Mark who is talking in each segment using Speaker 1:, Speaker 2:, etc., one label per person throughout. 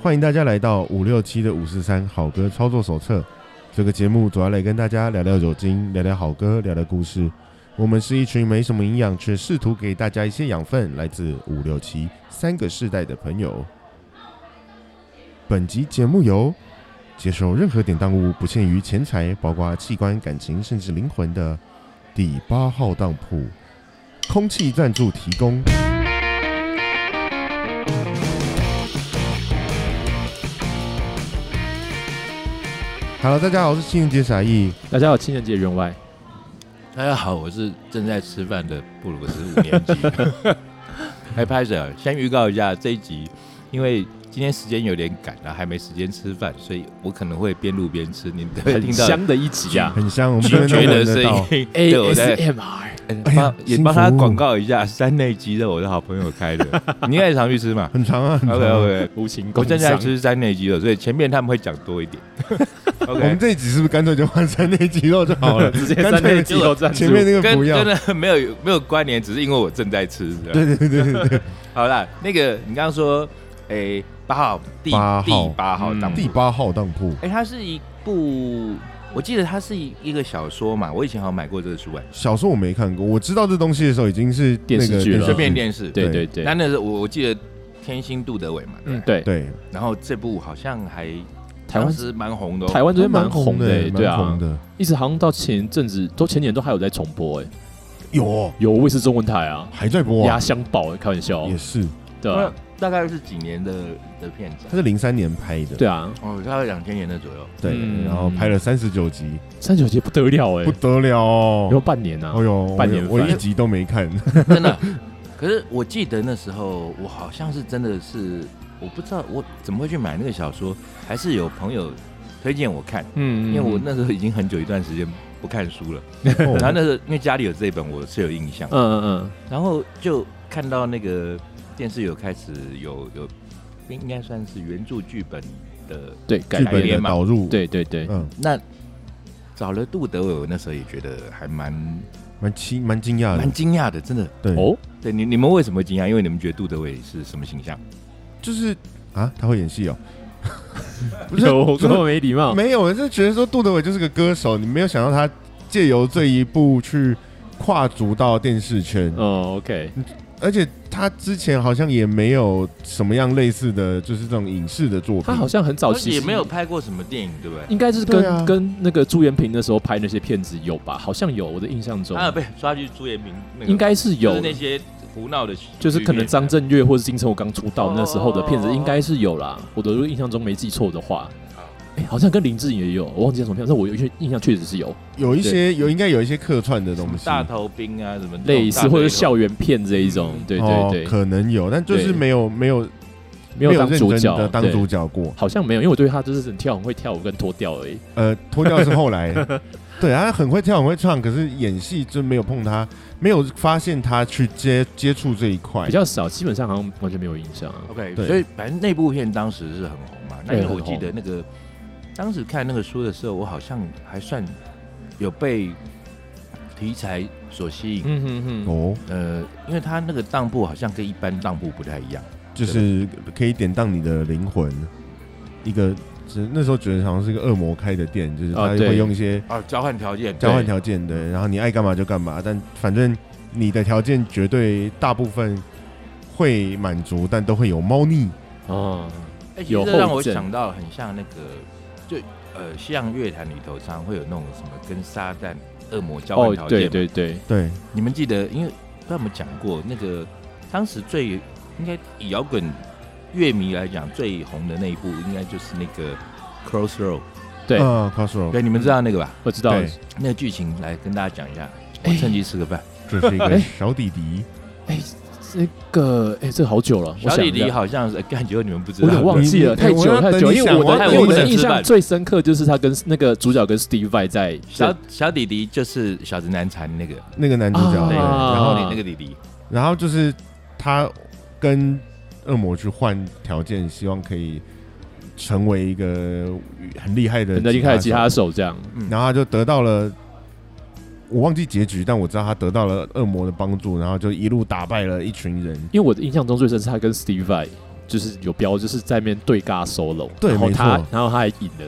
Speaker 1: 欢迎大家来到五六七的五十三好歌操作手册。这个节目主要来跟大家聊聊酒精，聊聊好歌，聊聊故事。我们是一群没什么营养，却试图给大家一些养分，来自五六七三个世代的朋友。本集节目由接受任何典当物，不限于钱财，包括器官、感情，甚至灵魂的第八号当铺空气赞助提供。Hello，大家好，我是青年节傻义，
Speaker 2: 大家好，青年节员外，
Speaker 3: 大家好，我是正在吃饭的布鲁斯五 年级。哎，拍手，先预告一下这一集，因为今天时间有点赶，然后还没时间吃饭，所以我可能会边录边吃，你 们会
Speaker 2: 很
Speaker 3: 听到
Speaker 2: 香的一集啊
Speaker 1: 很香，我们这
Speaker 3: 咀
Speaker 1: 边都闻
Speaker 3: 嚼的
Speaker 1: 得
Speaker 3: 声
Speaker 1: 到。
Speaker 3: 音。哎对，我在
Speaker 2: ，ASMR，
Speaker 1: 哎呀
Speaker 3: 帮也帮他广告一下，山内鸡肉，我的好朋友开 的，你也常去吃 嘛
Speaker 1: 很长啊，很长
Speaker 3: ？OK
Speaker 1: 啊
Speaker 3: OK，
Speaker 2: 无情
Speaker 3: 我
Speaker 2: 共
Speaker 3: 正在
Speaker 2: 享，
Speaker 3: 吃山内鸡肉，所以前面他们会讲多一 点。
Speaker 1: 我们
Speaker 3: OK，
Speaker 1: 这一集是不是干脆就换三内肌肉就好了？
Speaker 2: 直接
Speaker 1: 干
Speaker 2: 三
Speaker 1: 脆
Speaker 2: 内肌肉 赞助
Speaker 1: 前面 那个
Speaker 3: 跟
Speaker 1: 不要
Speaker 3: 真。的 没有没有关联，只是因为我正在吃。对
Speaker 1: 对对对对对，
Speaker 3: 好啦，那个你刚刚说，诶、八号第
Speaker 1: 八号
Speaker 3: 第八号
Speaker 2: 嗯
Speaker 3: 当
Speaker 1: 第
Speaker 3: 铺，
Speaker 1: 八号当铺
Speaker 3: 诶、它是一部，我记得它是一一个小说嘛，我以前好像买过这个书哎、
Speaker 1: 小说我没看过，我知道这东西的时候已经是那
Speaker 2: 电
Speaker 1: 个
Speaker 2: 视剧了
Speaker 3: 随
Speaker 1: 电
Speaker 3: 便电视。
Speaker 2: 对
Speaker 1: 对
Speaker 2: 对对
Speaker 3: 那，那时候我我记得天心杜德伟嘛，对
Speaker 2: 嗯
Speaker 3: 吧，
Speaker 2: 对，
Speaker 1: 对，
Speaker 3: 然后这部好像还
Speaker 2: 台湾
Speaker 3: 是蛮红的、哦，
Speaker 2: 台湾这边蛮红
Speaker 1: 红
Speaker 2: 的啊欸，对
Speaker 1: 蛮
Speaker 2: 啊
Speaker 1: 红，的。
Speaker 2: 一直好像到前阵子都前年都还有在重播哎，
Speaker 1: 有哦
Speaker 2: 有卫视中文台啊，
Speaker 1: 还在播
Speaker 2: 压
Speaker 1: 啊，
Speaker 2: 箱宝欸，开玩笑
Speaker 1: 也，是，
Speaker 2: 对啊，
Speaker 3: 大概是几年的的片子
Speaker 1: 它
Speaker 3: 啊、
Speaker 1: 是零三年拍的，
Speaker 2: 对啊，
Speaker 3: 哦，大概两千年的左右。
Speaker 1: 对，
Speaker 2: 嗯
Speaker 1: 然后拍了三十九集，
Speaker 2: 三九节不得了哎
Speaker 1: 不，得了
Speaker 2: 有
Speaker 1: 哦，
Speaker 2: 半年啊
Speaker 1: 哦，哟，
Speaker 2: 半年
Speaker 1: 我我
Speaker 2: 番
Speaker 1: 一集都没 看，
Speaker 3: 真的。 可是我记得那时候，我好像是真的是，我不知道我怎么会去买那个小说，还是有朋友推荐我看，
Speaker 2: 嗯
Speaker 3: 因为我那时候已经很久一段时间不看书了。
Speaker 1: 哦
Speaker 3: 然后那时候因为家里有这一本，我是有印象
Speaker 2: 嗯，嗯嗯，
Speaker 3: 然后就看到那个电视有开始有有，应应该算是原著剧本的，
Speaker 2: 对，
Speaker 1: 剧
Speaker 2: 改
Speaker 1: 本
Speaker 2: 编
Speaker 1: 的
Speaker 3: 嘛
Speaker 1: 导入，，
Speaker 2: 对对对，
Speaker 1: 嗯，
Speaker 3: 那找了杜德伟，我那时候也觉得还蛮
Speaker 1: 蛮惊蛮惊讶
Speaker 3: 蛮
Speaker 1: 的，
Speaker 3: 惊讶的，真的。
Speaker 1: 对，
Speaker 2: 哦，
Speaker 3: 对你你们为什么会惊讶？因为你们觉得杜德伟是什么形象？
Speaker 1: 就是啊，他会演 戏哦，不是
Speaker 2: 有
Speaker 1: 不是
Speaker 2: 这么没礼貌，
Speaker 1: 没有，我是觉得说杜德伟就是个歌手，你没有想到他借由这一步去跨足到电视圈，
Speaker 2: 哦，OK，
Speaker 1: 而且他之前好像也没有什么样类似的就是这种影视的作品。
Speaker 2: 他好像很早
Speaker 3: 而且
Speaker 2: 期
Speaker 3: 也
Speaker 2: 是
Speaker 3: 没有拍过什么电影，对不对？
Speaker 2: 应该是
Speaker 1: 对
Speaker 2: 跟、
Speaker 1: 啊
Speaker 2: 跟那个朱延平那时候拍那些片子有吧？好像有，我的印象中、
Speaker 3: 他啊有被抓去朱延平那个，
Speaker 2: 应该是有
Speaker 3: 就是，那些胡闹的，
Speaker 2: 就是可能张震岳或是金城武刚出道那时候的片子
Speaker 3: 哦
Speaker 2: 应该是有啦。我的如果印象中没记错的话，哎、好像跟林志颖也有，我忘记叫什么片，但我有印印象确实是
Speaker 3: 哦
Speaker 2: 有
Speaker 1: 有一些有应该有一些客串的
Speaker 3: 什
Speaker 1: 东
Speaker 3: 么
Speaker 1: 西，
Speaker 3: 大头兵啊什么
Speaker 2: 类似或者校园片这一种
Speaker 3: 嗯，
Speaker 2: 对对对，
Speaker 1: 哦、可能有，但就是
Speaker 2: 对
Speaker 1: 没有没有
Speaker 2: 没有当
Speaker 1: 认
Speaker 2: 主
Speaker 1: 真
Speaker 2: 角
Speaker 1: 的，当
Speaker 2: 对
Speaker 1: 主角过。
Speaker 2: 好像没有，因为我对他就是很跳很会跳舞跟脱掉而已。
Speaker 1: 呃，脱掉是后 来，对，他很会跳，很会唱，可是演戏就没有碰他，没有发现他去接接触这一块
Speaker 2: 比。较少，基本上好像完全没有印象、啊。
Speaker 3: OK，
Speaker 1: 对
Speaker 3: 所以反正那部片当时是很红嘛。那
Speaker 2: 对
Speaker 3: 因为我
Speaker 2: 很红
Speaker 3: 记得那个当时看那个书的时候，我好像还算有被题材所吸引。
Speaker 2: 嗯哼哼，
Speaker 1: 哦，
Speaker 3: 呃，因为他那个当铺好像跟一般当铺不太一样，
Speaker 1: 就是可以典当你的灵魂，一个是那时候觉得好像是一个恶魔开的店，就是他
Speaker 2: 啊对
Speaker 1: 会用一些
Speaker 3: 啊，交换条件，
Speaker 1: 交换条件的，然后你爱干嘛就干嘛，但反正你的条件绝对大部分会满足，但都会有猫腻。
Speaker 2: 哦，
Speaker 3: 哎，其
Speaker 2: 有
Speaker 3: 实这让
Speaker 2: 后
Speaker 3: 我
Speaker 2: 劲
Speaker 3: 想到很像那个，就呃，西洋乐坛里头常常会有那种什么跟撒旦、恶魔交换
Speaker 2: 哦
Speaker 3: 条，件、
Speaker 2: 对，对对，
Speaker 1: 对，
Speaker 3: 你们记得，因为不知道有没有讲过，那个当时最应该以摇滚乐迷来讲最红的那一部，应该就是那个《Crossroad》。
Speaker 2: 对
Speaker 1: 啊 c o s r o
Speaker 3: 对，你们知道那个吧？
Speaker 2: 我知道
Speaker 1: 对
Speaker 3: 那个剧情来跟大家讲一下。我趁机吃个饭。
Speaker 1: 这是一个
Speaker 2: 哎
Speaker 1: 小弟弟，
Speaker 2: 这个，哎、这好久了，我
Speaker 3: 小
Speaker 2: 想
Speaker 3: 弟
Speaker 2: 一下
Speaker 3: 弟好像是，感觉你们不知
Speaker 2: 我有
Speaker 3: 道
Speaker 2: 点。忘记了，
Speaker 1: 你
Speaker 2: 太久了，
Speaker 1: 你
Speaker 2: 太久
Speaker 1: 我要等你
Speaker 2: 了，因为我
Speaker 3: 想
Speaker 2: 的
Speaker 3: 我
Speaker 2: 因为我的
Speaker 3: 等你
Speaker 2: 印
Speaker 3: 吃
Speaker 2: 象
Speaker 3: 饭
Speaker 2: 最深刻就是他跟那个主角跟 Steve Vai 在
Speaker 3: 小小弟弟就是小直男缠那个，
Speaker 1: 那个男主角，
Speaker 2: 啊
Speaker 1: 对
Speaker 3: 对，然
Speaker 1: 然
Speaker 3: 后
Speaker 1: 后
Speaker 3: 你那个弟弟，
Speaker 1: 然后就是他跟恶魔去换条件，希望可以成为一个很厉害的
Speaker 2: 很厉害的吉
Speaker 1: 手
Speaker 2: 他手这样，
Speaker 3: 嗯，
Speaker 1: 然后他就得到了，我忘记结局，但我知道他得到了恶魔的帮助，然后就一路打败了一群人。
Speaker 2: 因为我的印象中最深是他跟 Steve Vai 就是有标，就是在面对尬 solo，
Speaker 1: 对
Speaker 2: 然后
Speaker 1: 没
Speaker 2: 他
Speaker 1: 错
Speaker 2: 然后他还赢了，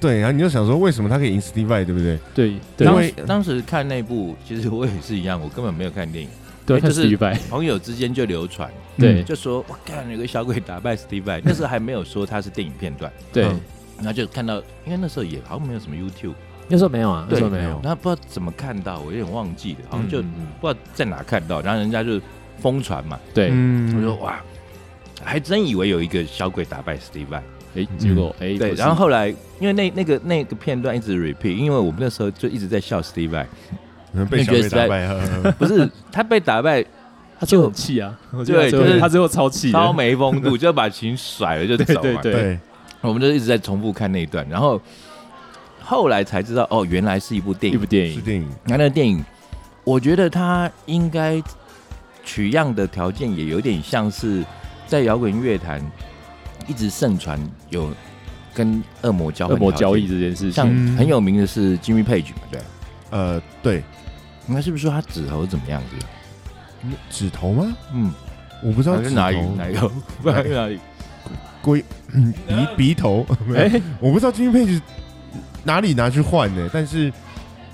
Speaker 1: 对，然后你就想说，为什么他可以赢 Steve Vai，对不对？
Speaker 2: 对
Speaker 1: 因
Speaker 2: 对
Speaker 3: 当
Speaker 1: 为
Speaker 3: 时当时看那部，其实我也是一样，我根本没有看 电影，
Speaker 2: 对，看
Speaker 3: 哎就是
Speaker 2: Steve Vai，
Speaker 3: 朋友之间就流传，
Speaker 2: 对
Speaker 3: 就说我看有个小鬼打败 Steve Vai，那时候还没有说他是电影片段，
Speaker 2: 对
Speaker 1: 嗯，
Speaker 3: 然后就看到，因为那时候也好像没有什么 YouTube，
Speaker 2: 那时候没有啊，那
Speaker 3: 对
Speaker 2: 时候没有，
Speaker 3: 那不知道怎么看到，我有点忘记了，好像就
Speaker 2: 嗯嗯嗯
Speaker 3: 不知道在哪看到，然后人家就疯传嘛，
Speaker 2: 对，
Speaker 1: 嗯
Speaker 3: 我说哇，还真以为有一个小鬼打败 Steve Vai。
Speaker 2: 哎，结果
Speaker 1: 嗯
Speaker 2: 哎，
Speaker 3: 对，
Speaker 2: 不是
Speaker 3: 然后后来因为那那个那个片段一直 repeat，因为我们那时候就一直在笑 Steve Vai，
Speaker 1: 嗯被小
Speaker 3: 那
Speaker 1: 鬼
Speaker 3: 觉得
Speaker 1: 打败，呵呵呵
Speaker 3: 不 是他被打败
Speaker 2: 他就很气啊，我觉得他
Speaker 3: 对
Speaker 2: 最后
Speaker 3: 就是
Speaker 2: 他最后超气的，
Speaker 3: 超没风度，就把琴甩了就走嘛。
Speaker 2: 对对对
Speaker 1: 对，
Speaker 3: 我们就一直在重复看那一段，然后后来才知道哦，原来是一部电
Speaker 2: 一
Speaker 3: 影
Speaker 2: 部。电
Speaker 1: 是
Speaker 2: 影，
Speaker 1: 电影，
Speaker 3: 那那个电影，我觉得它应该取样的条件也有点像是在摇滚乐坛一直盛传有跟恶魔交
Speaker 2: 恶
Speaker 3: 换
Speaker 2: 魔
Speaker 3: 条
Speaker 2: 交易
Speaker 3: 件，
Speaker 2: 这件事
Speaker 3: 像
Speaker 2: 情，
Speaker 1: 嗯
Speaker 3: 很有名的是 Jimmy Page 嘛，对。
Speaker 1: 呃，对，
Speaker 3: 那是不是说他指头怎么样子？
Speaker 1: 嗯指头吗？
Speaker 3: 嗯，
Speaker 1: 我不知道
Speaker 3: 还
Speaker 1: 指
Speaker 3: 是
Speaker 1: 头，
Speaker 3: 哪里哪有？不然哪里？
Speaker 1: 龟鼻鼻头， 没有
Speaker 2: 哎，
Speaker 1: 我不知道金配置哪里拿去换呢、但是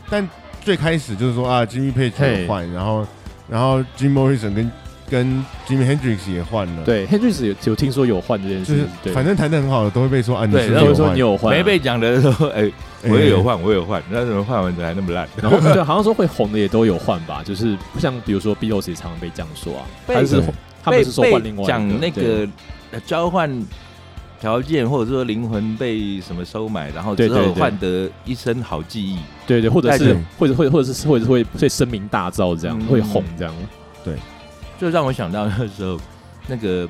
Speaker 1: 但最开始就是说啊，Jimmy Page
Speaker 2: 嘿
Speaker 1: 有换，然后然后 Jim Morrison 跟跟 Jimmy Hendrix 也换了，，
Speaker 2: 对 h e n r i s 有有听说有换这件
Speaker 1: 就
Speaker 2: 事
Speaker 1: 是，
Speaker 2: 嗯对，
Speaker 1: 反正弹得很好的都会被说啊，你
Speaker 3: 对
Speaker 1: 是不
Speaker 3: 然
Speaker 1: 是
Speaker 2: 都
Speaker 3: 后
Speaker 1: 有换
Speaker 2: 会说你？有换啊，
Speaker 3: 没被讲的时候，哎，
Speaker 1: 哎
Speaker 3: 我也有换，我也有换，那怎么换完怎么还那么烂？
Speaker 2: 然后对，好像说会红的也都有换吧，就是像比如说 Beatles 也常常被这样说啊，
Speaker 3: 被
Speaker 2: 但是
Speaker 1: 对
Speaker 2: 他们
Speaker 3: 被
Speaker 2: 是说换另
Speaker 3: 被
Speaker 2: 外一
Speaker 3: 讲那
Speaker 2: 对
Speaker 3: 个呃交换条件，或者说灵魂被什么收买，然后
Speaker 2: 对
Speaker 3: 之
Speaker 2: 对
Speaker 3: 后
Speaker 2: 对
Speaker 3: 换得一身好记忆。
Speaker 2: 对对，或者
Speaker 3: 带
Speaker 2: 是
Speaker 1: 动
Speaker 2: 或者或者或者是或者是会会声名大噪这样，
Speaker 3: 嗯
Speaker 2: 会红这样，
Speaker 3: 就让我想到那时候那个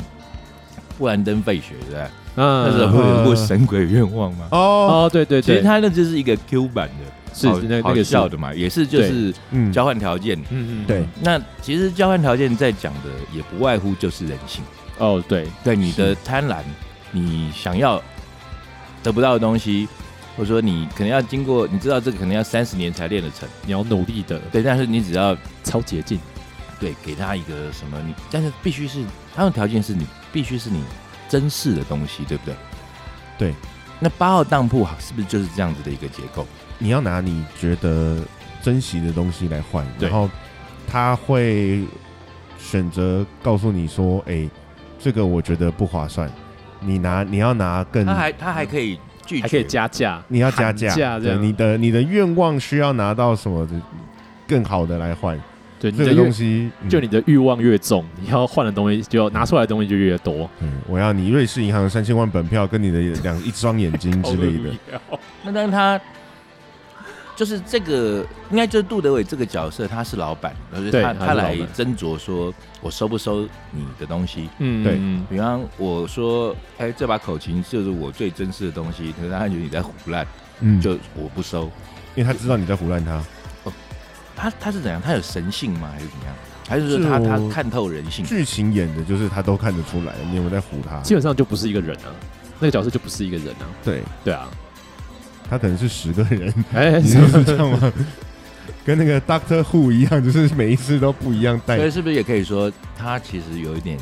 Speaker 3: 布兰登费雪，对不对？那时
Speaker 2: 嗯
Speaker 3: 候不是有一部
Speaker 1: 呃
Speaker 3: 《神鬼愿望》吗？
Speaker 1: 哦，
Speaker 2: 哦，对对
Speaker 3: 其
Speaker 2: 对，
Speaker 3: 实它那就是一个 Q 版的，
Speaker 2: 是
Speaker 3: 好
Speaker 2: 是那那
Speaker 3: 好
Speaker 2: 个
Speaker 3: 笑
Speaker 2: 是，
Speaker 3: 的嘛，也是就是
Speaker 1: 嗯，
Speaker 3: 交换条件。
Speaker 2: 嗯嗯，
Speaker 1: 对，
Speaker 3: 那其实交换条件在讲的也不外乎就是人性，
Speaker 2: 哦对，
Speaker 3: 对你的贪婪，你想要得不到的东西，或者说你可能要经过，你知道这个可能要三十年才练得成，
Speaker 2: 你要努力的，
Speaker 3: 对，但是你只要
Speaker 2: 超捷径，
Speaker 3: 对给他一个什么，你但是必须是他的条件是你必须是你珍视的东西，对不对？
Speaker 1: 对。
Speaker 3: 那八号当铺是不是就是这样子的一个结构？
Speaker 1: 你要拿你觉得珍惜的东西来换，
Speaker 2: 对
Speaker 1: 然后他会选择告诉你说，哎、这个我觉得不划算，你拿你要拿更
Speaker 3: 他还他还可以拒
Speaker 2: 嗯
Speaker 3: 绝，
Speaker 2: 还可以加价，
Speaker 1: 你要加
Speaker 2: 喊价
Speaker 1: 价，
Speaker 2: 这
Speaker 1: 对
Speaker 2: 样
Speaker 1: 你的你的愿望需要拿到什么的更好的来换
Speaker 2: 对你
Speaker 1: 这
Speaker 2: 的
Speaker 1: 个
Speaker 2: 欲
Speaker 1: 东西，嗯
Speaker 2: 就你的欲望越重，你要换的东西就拿出来的东西就越多
Speaker 1: 嗯我要你瑞士银行的三千万本票跟你的两一双眼睛之类 的，
Speaker 2: 的，
Speaker 3: 那但是他就是这个，应该就是杜德伟这个角色，他是老板，就是
Speaker 2: 对他
Speaker 3: 他
Speaker 2: 是
Speaker 3: 他
Speaker 2: 老
Speaker 3: 来
Speaker 2: 板
Speaker 3: 斟酌说，我收不收你的东西。
Speaker 2: 嗯
Speaker 1: 对
Speaker 2: 嗯
Speaker 3: 比方我说，哎、这把口琴就是我最珍视的东西，可是他觉得你在胡乱，
Speaker 1: 嗯，就
Speaker 3: 就我不收。
Speaker 1: 因为他知道你在胡乱他，
Speaker 3: 他他是怎样？他有神性吗？还是怎样？还是说
Speaker 1: 是
Speaker 3: 他
Speaker 1: 我
Speaker 3: 他看透人性？
Speaker 1: 剧情演的就是他都看得出来，你有没有在唬他？
Speaker 2: 基本上就不是一个人啊，那个角色就不是一个人啊，
Speaker 1: 对
Speaker 2: 对啊，
Speaker 1: 他可能是十个人，
Speaker 2: 哎，
Speaker 1: 你知道是这样吗？跟那个 Doctor Who 一样，就是每一次都不一样带
Speaker 3: 所以是不是也可以说，他其实有一点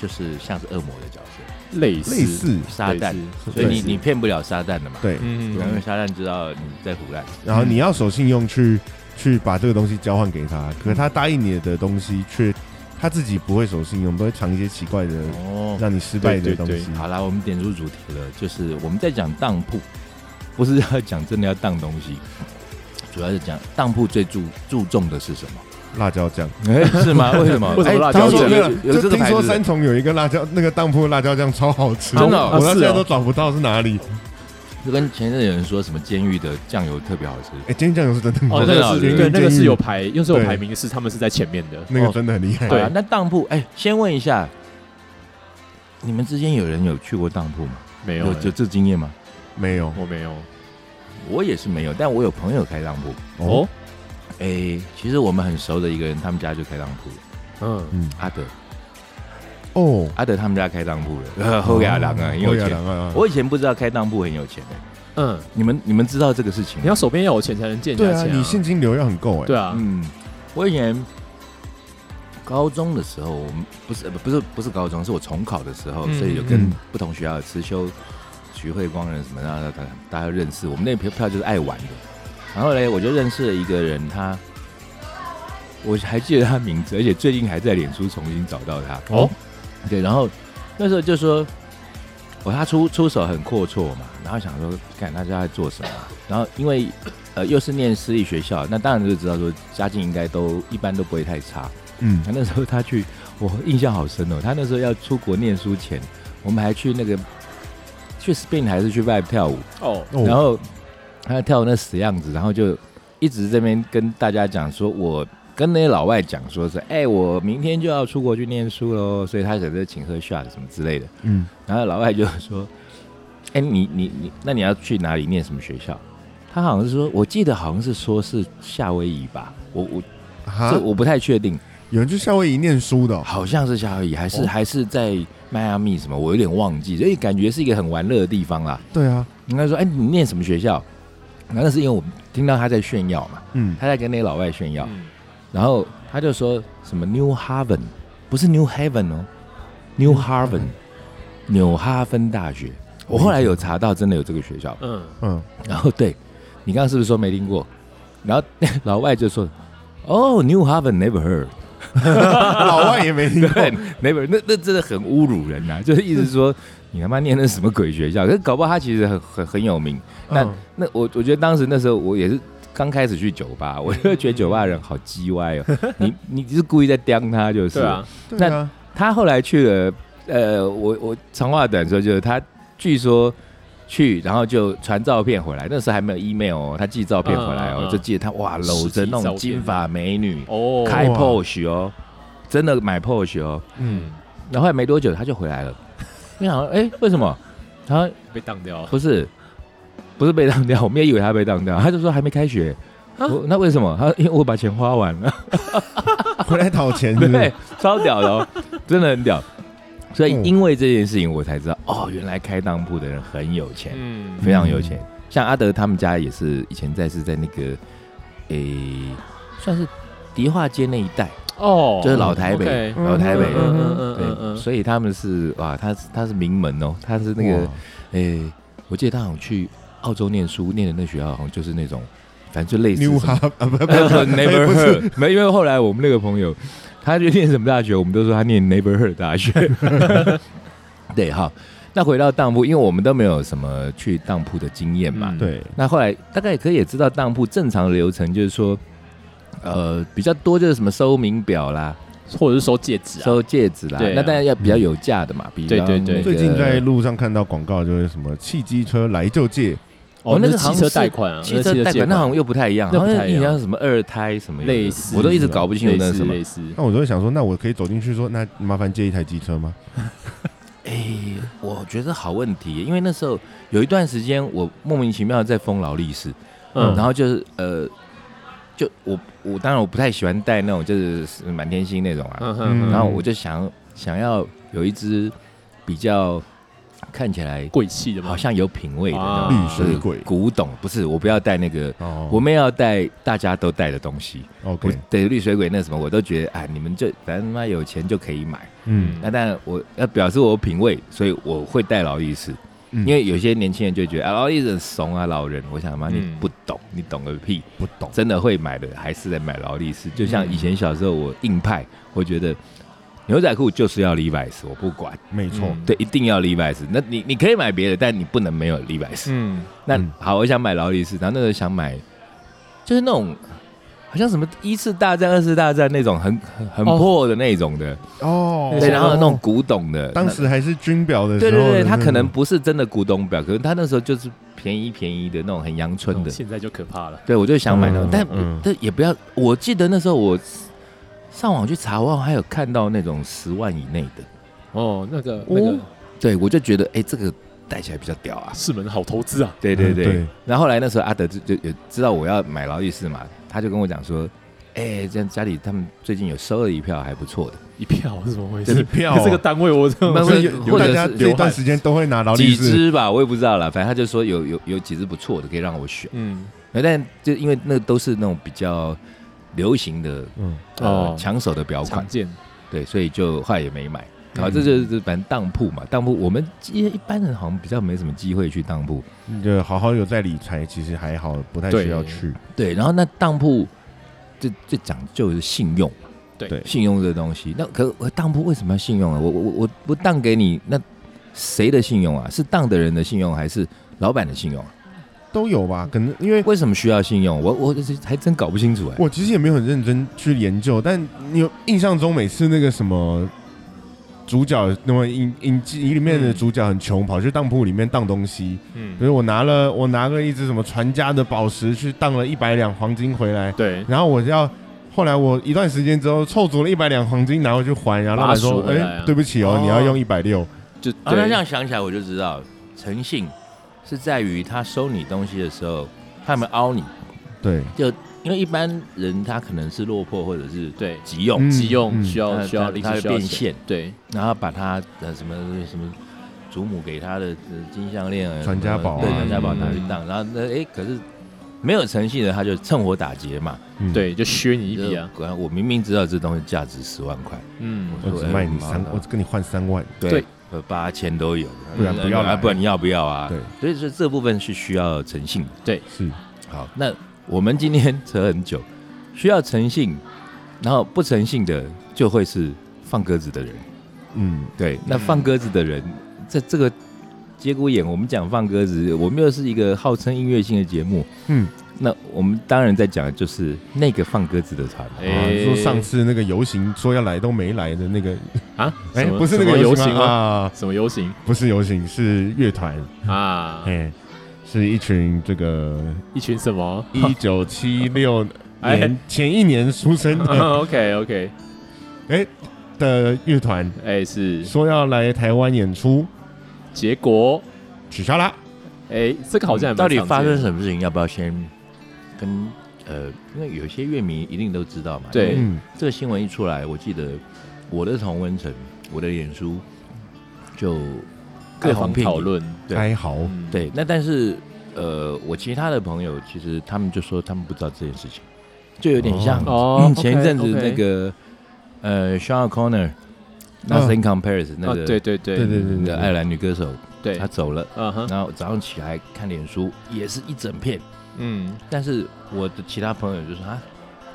Speaker 3: 就是像是恶魔的角色，
Speaker 2: 类似
Speaker 1: 类似，
Speaker 3: 撒旦。
Speaker 2: 类似
Speaker 3: 所以你
Speaker 2: 类似
Speaker 3: 你骗不了撒旦的嘛，
Speaker 1: 对，
Speaker 2: 嗯
Speaker 3: 因为撒旦知道你在胡乱。
Speaker 1: 然后你要守信用去去把这个东西交换给他，可是他答应你的东西却他自己不会守信用，都会藏一些奇怪的
Speaker 3: 哦，
Speaker 1: 让你失败
Speaker 2: 对
Speaker 1: 的东
Speaker 2: 对
Speaker 1: 西。
Speaker 3: 好啦，我们点出主题了，就是我们在讲当铺，不是要讲真的要当东西，主要是讲当铺最注注重的是什么？
Speaker 1: 辣椒酱，
Speaker 3: 哎、是 吗？为什么？
Speaker 2: 为什么
Speaker 3: 哎
Speaker 2: 辣
Speaker 1: 听
Speaker 2: 椒酱
Speaker 1: 说
Speaker 3: 有
Speaker 1: 没有
Speaker 3: 有有
Speaker 1: 就
Speaker 3: 这个
Speaker 1: 听
Speaker 3: 牌
Speaker 1: 说
Speaker 3: 子
Speaker 1: 三
Speaker 3: 的，
Speaker 1: 重有一个辣椒，那个当铺的辣椒酱超好吃，
Speaker 3: 真的哦
Speaker 1: 我到现在
Speaker 2: 啊是
Speaker 1: 都
Speaker 2: 哦
Speaker 1: 找不到是哪里。
Speaker 3: 就跟前阵有人说什么监狱的酱油特别好吃，
Speaker 1: 哎，煎酱油是真的很好
Speaker 2: 哦，
Speaker 1: 吃，
Speaker 2: 那
Speaker 3: 真的啊
Speaker 2: 个是
Speaker 1: 原因
Speaker 2: 对，那个
Speaker 1: 建议
Speaker 2: 是有排，又是有
Speaker 1: 对
Speaker 2: 排名是他们是在前面的，
Speaker 1: 那个真的很厉害。
Speaker 2: 对
Speaker 3: 好啦那当铺，哎、先问一下，你们之间有人有去过当铺吗？
Speaker 2: 没有
Speaker 3: 有
Speaker 2: 欸
Speaker 3: 有这经验吗？
Speaker 1: 没有
Speaker 2: 我没有
Speaker 3: 我也是没有，但我有朋友开当铺。
Speaker 1: 哦，，
Speaker 3: 哎、其实我们很熟的一个人，他们家就开当铺，
Speaker 2: 嗯，
Speaker 1: 嗯
Speaker 3: 阿德。
Speaker 1: 哦，
Speaker 3: 阿德啊他们家开当铺 了，后亚郎啊，很有
Speaker 1: 后
Speaker 3: 钱
Speaker 1: 亚。郎啊，
Speaker 3: 我以前不知道开当铺很有钱的、
Speaker 2: 嗯，
Speaker 3: 你们你们知道这个事情
Speaker 2: 你
Speaker 3: 吗？
Speaker 2: 要手边要有钱才能借人
Speaker 1: 对
Speaker 2: 家
Speaker 1: 啊，
Speaker 2: 钱、
Speaker 3: 嗯
Speaker 1: 你现金流要很够哎。
Speaker 2: 对啊，
Speaker 3: 嗯，我以前高中的时候，我们不是呃不是不是高中，是我重考的时候，
Speaker 2: 嗯
Speaker 3: 所以有跟
Speaker 1: 嗯
Speaker 3: 不同学校的慈修、徐慧光人什么，然后大家大家认识。我们那票票就是爱玩的。然后嘞，我就认识了一个人，他我还记得他名字，而且最近还在脸书重新找到他。
Speaker 2: 哦，
Speaker 3: 对，然后那时候就说，我他出出手很阔绰嘛，然后想说，看他家在做什么啊，然后因为呃又是念私立学校，那当然就知道说家境应该都一般都不会太差。
Speaker 1: 嗯
Speaker 3: 那那时候他去，我印象好深哦，他那时候要出国念书前，我们还去那个去 Spain 还是去外跳舞，
Speaker 2: 哦，
Speaker 1: 哦
Speaker 3: 然后他跳那死样子，然后就一直这边跟大家讲说，我跟那些老外讲说是，哎、我明天就要出国去念书喽，所以他想着请喝 shot 什么之类的。
Speaker 1: 嗯
Speaker 3: 然后老外就说，哎、你你你，那你要去哪里念什么学校？他好像是说，我记得好像是说是夏威夷吧，我我
Speaker 1: 哈
Speaker 3: 这，我不太确定，
Speaker 1: 有人去夏威夷念书的哦，
Speaker 3: 好像是夏威夷，还是、
Speaker 2: 哦
Speaker 3: 还是在迈阿密什么，我有点忘记，所以感觉是一个很玩乐的地方啦。
Speaker 1: 对啊，
Speaker 3: 应该说，哎、你念什么学校？然后那是因为我听到他在炫耀嘛，
Speaker 1: 嗯
Speaker 3: 他在跟那些老外炫耀，
Speaker 2: 嗯
Speaker 3: 然后他就说什么 New Haven，不是 New Haven 哦，New Haven，纽哈芬大学。我后来有查到，真的有这个学校。
Speaker 2: 嗯，
Speaker 1: 嗯，
Speaker 3: 然后对你刚刚是不是说没听过？然后 老外就说，哦、n e w Haven never heard。
Speaker 1: 老外也没听过，
Speaker 3: 对，never，那那真的很侮辱人呐、就是意思说，你他妈念的是什么鬼学校？可是搞不好他其实很很很有名。那、
Speaker 1: 嗯
Speaker 3: 那我我觉得当时那时候我也是刚开始去酒吧，我就觉得酒吧的人好鸡歪哦，你你就是故意在刁他就是。
Speaker 2: 对啊，
Speaker 1: 对啊，
Speaker 3: 他后来去了，呃，我我长话短说，就是他据说去，然后就传照片回来，那时候还没有 email 哦，他寄照片回来哦，
Speaker 2: 嗯嗯嗯
Speaker 3: 就记得他哇
Speaker 2: 实
Speaker 3: 搂
Speaker 2: 体
Speaker 3: 着那
Speaker 2: 照
Speaker 3: 种
Speaker 2: 片
Speaker 3: 金发美女，
Speaker 2: 哦，
Speaker 3: 开
Speaker 1: 哇
Speaker 3: Porsche 哦，真的买 Porsche 哦。
Speaker 1: 嗯，
Speaker 3: 然后后来没多久他就回来了。我想说，哎、为什么？他
Speaker 2: 被当掉了，
Speaker 3: 不是，不是被当掉，我们也以为他被当掉。他就说还没开学。
Speaker 2: 啊
Speaker 3: 我那为什么？他说因为我把钱花完 了。
Speaker 1: 回来讨钱是不
Speaker 3: 对
Speaker 1: 是，，
Speaker 3: 超屌的哦，真的很屌。所以
Speaker 1: 嗯
Speaker 3: 因为这件事情，我才知道哦，原来开当铺的人很有钱，
Speaker 2: 嗯
Speaker 3: 非常有钱。像阿德他们家也是以前在是在那个诶、算是迪化街那一带，
Speaker 2: 哦，
Speaker 3: 就是老台北
Speaker 2: OK
Speaker 1: 嗯
Speaker 3: 老台北。
Speaker 1: 嗯
Speaker 3: 对，所以他们是哇，他是他是名门哦，他是那个
Speaker 1: 哇
Speaker 3: 诶、我记得他好像去澳洲念书，念的那学校好像就是那种，反正就类似
Speaker 1: New
Speaker 3: 什么
Speaker 1: Hub 啊，
Speaker 3: 呃
Speaker 1: 不不不
Speaker 3: Never
Speaker 1: 不
Speaker 3: heard，没，因为后来我们那个朋友，他就念什么大学，我们都说他念 Never heard 大学。对，好，那回到当铺，因为我们都没有什么去当铺的经验嘛。
Speaker 2: 嗯
Speaker 1: 对，
Speaker 3: 那后来大概可以也知道当铺正常的流程就是说，呃，比较多就是什么收名表啦，
Speaker 2: 或者是收戒指啊，
Speaker 3: 收戒指啦，
Speaker 2: 对啊
Speaker 3: 那当然要比较有价的嘛，比较
Speaker 2: 对对对
Speaker 3: 那个
Speaker 1: 最近在路上看到广告，就是什么汽机车来就借，
Speaker 3: 哦那
Speaker 2: 那
Speaker 3: 个好
Speaker 2: 汽
Speaker 3: 像
Speaker 2: 车
Speaker 3: 是
Speaker 2: 贷款啊，
Speaker 3: 汽车贷款那好像又不太一样，
Speaker 2: 那
Speaker 3: 好
Speaker 2: 不太一样
Speaker 3: 像印象是什么二胎什么有的
Speaker 2: 类似，
Speaker 3: 我都一直搞不清楚那是什么
Speaker 2: 类。似，类似
Speaker 1: 那我就会想说，那我可以走进去说，那麻烦借一台机车吗？
Speaker 3: 哎、我觉得好问题，因为那时候有一段时间我莫名其妙在封劳力士，
Speaker 2: 嗯，
Speaker 3: 然后就是呃，就我我当然我不太喜欢戴那种就是满天星那种啊，
Speaker 2: 嗯哼，
Speaker 3: 然
Speaker 2: 然
Speaker 3: 后
Speaker 2: 后
Speaker 3: 我就想想要有一只比较看起来
Speaker 2: 贵气的嘛，
Speaker 3: 好像有品味的那
Speaker 2: 啊
Speaker 3: 种
Speaker 1: 绿水鬼
Speaker 3: 古董，不是我不要戴那个，
Speaker 1: 哦，
Speaker 3: 我们要戴大家都戴的东西。我
Speaker 1: OK，
Speaker 3: 对绿水鬼那什么，我都觉得哎，你们就咱他妈有钱就可以买。
Speaker 1: 嗯
Speaker 3: 那当然，我要表示我有品味，所以我会戴劳力士。
Speaker 1: 嗯
Speaker 3: 因为有些年轻人就觉得啊，劳力士很怂啊，老人。我想妈，你
Speaker 2: 嗯
Speaker 3: 不懂，你懂个屁！
Speaker 1: 不懂，嗯
Speaker 3: 真的会买的还是在买劳力士。就像以前小时候，我硬派，我觉得牛仔裤就是要 Levi's，我不管，
Speaker 1: 没错，
Speaker 2: 嗯
Speaker 3: 对，一定要 Levi's。那你你可以买别的，但你不能没有 Levi's。
Speaker 2: 嗯，
Speaker 3: 那
Speaker 1: 嗯
Speaker 3: 好，我想买劳力士，然后那时候想买，就是那种好像什么一次大战、二次大战那种很很很
Speaker 2: 哦
Speaker 3: 破的那种的，
Speaker 1: 哦，
Speaker 3: 对，
Speaker 2: 哦
Speaker 3: 然后那种古董的，
Speaker 1: 当
Speaker 3: 那
Speaker 1: 时还是军表的时
Speaker 3: 对
Speaker 1: 候的
Speaker 3: 对
Speaker 1: 那种，
Speaker 3: 对，他可能不是真的古董表，可是他那时候就是便宜便宜的那种很阳春的，
Speaker 2: 现在就可怕了，
Speaker 3: 对嗯我就想买那种
Speaker 1: 嗯，
Speaker 3: 但
Speaker 1: 嗯
Speaker 3: 但也不要，我记得那时候我上网去查，我好像还有看到那种十万以内的，
Speaker 2: 哦，那个那个
Speaker 1: 哦
Speaker 3: 对我就觉得哎，这个戴起来比较屌啊，
Speaker 2: 是门好投资啊，
Speaker 3: 对
Speaker 1: 嗯
Speaker 3: 对
Speaker 1: 对
Speaker 3: 对。然后后来那时候阿德就就有知道我要买劳力士嘛，他就跟我讲说，哎、这样家里他们最近有收了一票还不错的，
Speaker 2: 一票是怎么回
Speaker 1: 一
Speaker 2: 事？
Speaker 1: 票
Speaker 2: 这个
Speaker 1: 哦，
Speaker 2: 单位我真的
Speaker 3: 那不
Speaker 1: 所
Speaker 3: 是
Speaker 1: 以有
Speaker 3: 或者
Speaker 1: 大
Speaker 3: 是
Speaker 1: 家这一段时间都会拿劳力
Speaker 3: 几
Speaker 1: 士，
Speaker 3: 只吧，我也不知道啦，反正他就说有有有几只不错的可以让我选，
Speaker 2: 嗯
Speaker 3: 那但就因为那都是那种比较流行的
Speaker 1: 嗯，
Speaker 3: 呃
Speaker 2: 哦
Speaker 3: 抢手的表款
Speaker 2: 常，见，
Speaker 3: 对，所以就后来也没买。
Speaker 1: 嗯
Speaker 3: 啊，这就是这反正当铺嘛，当铺我们一一般人好像比较没什么机会去当铺。
Speaker 1: 你的好好有在理财，其实还好，不太需要
Speaker 2: 对
Speaker 1: 去。
Speaker 3: 对，然后那当铺最最讲究的是信用嘛，
Speaker 2: 对
Speaker 1: 对
Speaker 3: 信用这东西。那可我当铺为什么要信用啊？我我我我不当给你，那谁的信用啊？是当的人的信用还是老板的信用啊？
Speaker 1: 都有吧？可能因为
Speaker 3: 为什么需要信用？我我这还真搞不清楚哎、
Speaker 1: 我其实也没有很认真去研究，但你有印象中每次那个什么主角，那么影影集里面的
Speaker 2: 嗯
Speaker 1: 主角很穷，跑去当铺里面当东西，比
Speaker 2: 嗯，
Speaker 1: 如我拿了我拿了一只什么传家的宝石去当了一百两黄金回来，
Speaker 2: 对，
Speaker 1: 然后我要。后来我一段时间之后凑足了一百两黄金拿回去还，然后老板说
Speaker 2: 把它赎：“
Speaker 1: 哎、
Speaker 2: 回来啊
Speaker 1: 对不起哦，
Speaker 3: 哦
Speaker 1: 你要用一百六。
Speaker 2: 就
Speaker 3: 啊，那
Speaker 2: 对
Speaker 3: 这样想起来我就知道，诚信是在于他收你东西的时候，他有没有凹你？”
Speaker 1: 对，
Speaker 3: 因为一般人他可能是落魄或者是
Speaker 2: 对
Speaker 3: 急用，
Speaker 1: 嗯
Speaker 2: 急用
Speaker 1: 嗯
Speaker 2: 需要
Speaker 3: 它
Speaker 2: 需要
Speaker 3: 它
Speaker 2: 临
Speaker 3: 它
Speaker 2: 时
Speaker 3: 会
Speaker 2: 需要
Speaker 3: 变
Speaker 2: 钱
Speaker 3: 现，
Speaker 2: 对，
Speaker 3: 然后把他呃什么什么祖母给他的呃金项链啊、
Speaker 1: 传家宝啊
Speaker 3: 对传家宝
Speaker 2: 嗯
Speaker 3: 拿去当，然后那哎可是没有诚信的他就趁火打劫嘛，
Speaker 1: 嗯，
Speaker 2: 对，就削你一
Speaker 3: 就
Speaker 2: 笔
Speaker 3: 是
Speaker 2: 啊，
Speaker 3: 果然我明明知道这东西价值十万块，
Speaker 2: 嗯，
Speaker 1: 我只卖你三，我只跟你换三万。
Speaker 2: 对，
Speaker 3: 呃八千都有，
Speaker 1: 不然不要来
Speaker 3: 啊不然你要不要啊？
Speaker 1: 对，
Speaker 3: 所以说这部分是需要诚信的。
Speaker 1: 是，
Speaker 3: 好，那我们今天扯很久，需要诚信，然后不诚信的就会是放鸽子的人。
Speaker 1: 嗯，
Speaker 3: 对，那放鸽子的人，在这个节骨眼，我们讲放鸽子，我们又是一个号称音乐性的节目，
Speaker 1: 嗯，
Speaker 3: 那我们当然在讲的就是那个放鸽子的团嘛。
Speaker 2: 哎
Speaker 1: 啊，说上次那个游行说要来都没来的那个，
Speaker 2: 啊，
Speaker 1: 哎、
Speaker 2: 什么
Speaker 1: 不是那个
Speaker 2: 什么游
Speaker 1: 行
Speaker 2: 行吗？
Speaker 1: 啊，
Speaker 2: 什么游行
Speaker 1: 不是游行，是乐团，
Speaker 2: 啊
Speaker 1: 哎、？是一群这个
Speaker 2: 一群什么
Speaker 1: 一九七六
Speaker 2: 哎
Speaker 1: 年前一年出 生的
Speaker 2: ？OK OK，
Speaker 1: 的乐团，
Speaker 2: 哎是，
Speaker 1: 说要来台湾演出，
Speaker 2: 结果
Speaker 1: 取消啦。
Speaker 2: 哎，这个好像也蛮
Speaker 3: 嗯到底
Speaker 2: 常见
Speaker 3: 发
Speaker 2: 的
Speaker 3: 生什么事情？要不要先跟呃，因为有些乐迷一定都知道嘛。
Speaker 2: 对
Speaker 3: 因为
Speaker 1: 嗯，
Speaker 3: 这个新闻一出来，我记得我的同温层，我的脸书就
Speaker 2: 各
Speaker 3: 方
Speaker 2: 方讨。论，
Speaker 3: 对
Speaker 1: 哀嚎，
Speaker 2: 嗯，
Speaker 3: 对，那但是呃，我其他的朋友其实他们就说他们不知道这件事情，就有点像、
Speaker 2: 哦
Speaker 3: 嗯，前一阵子
Speaker 2: OK，OK
Speaker 3: 那个呃 Sean Connor，那是 In Compares 那
Speaker 2: 啊
Speaker 3: 个、
Speaker 2: 嗯对对对嗯
Speaker 1: 对对对对
Speaker 3: 的爱尔兰女歌手，
Speaker 2: 对
Speaker 3: 她，走了，
Speaker 2: 嗯哼，
Speaker 3: 然后早上起来看脸书也是一整片，
Speaker 2: 嗯，
Speaker 3: 但是我的其他朋友就说啊。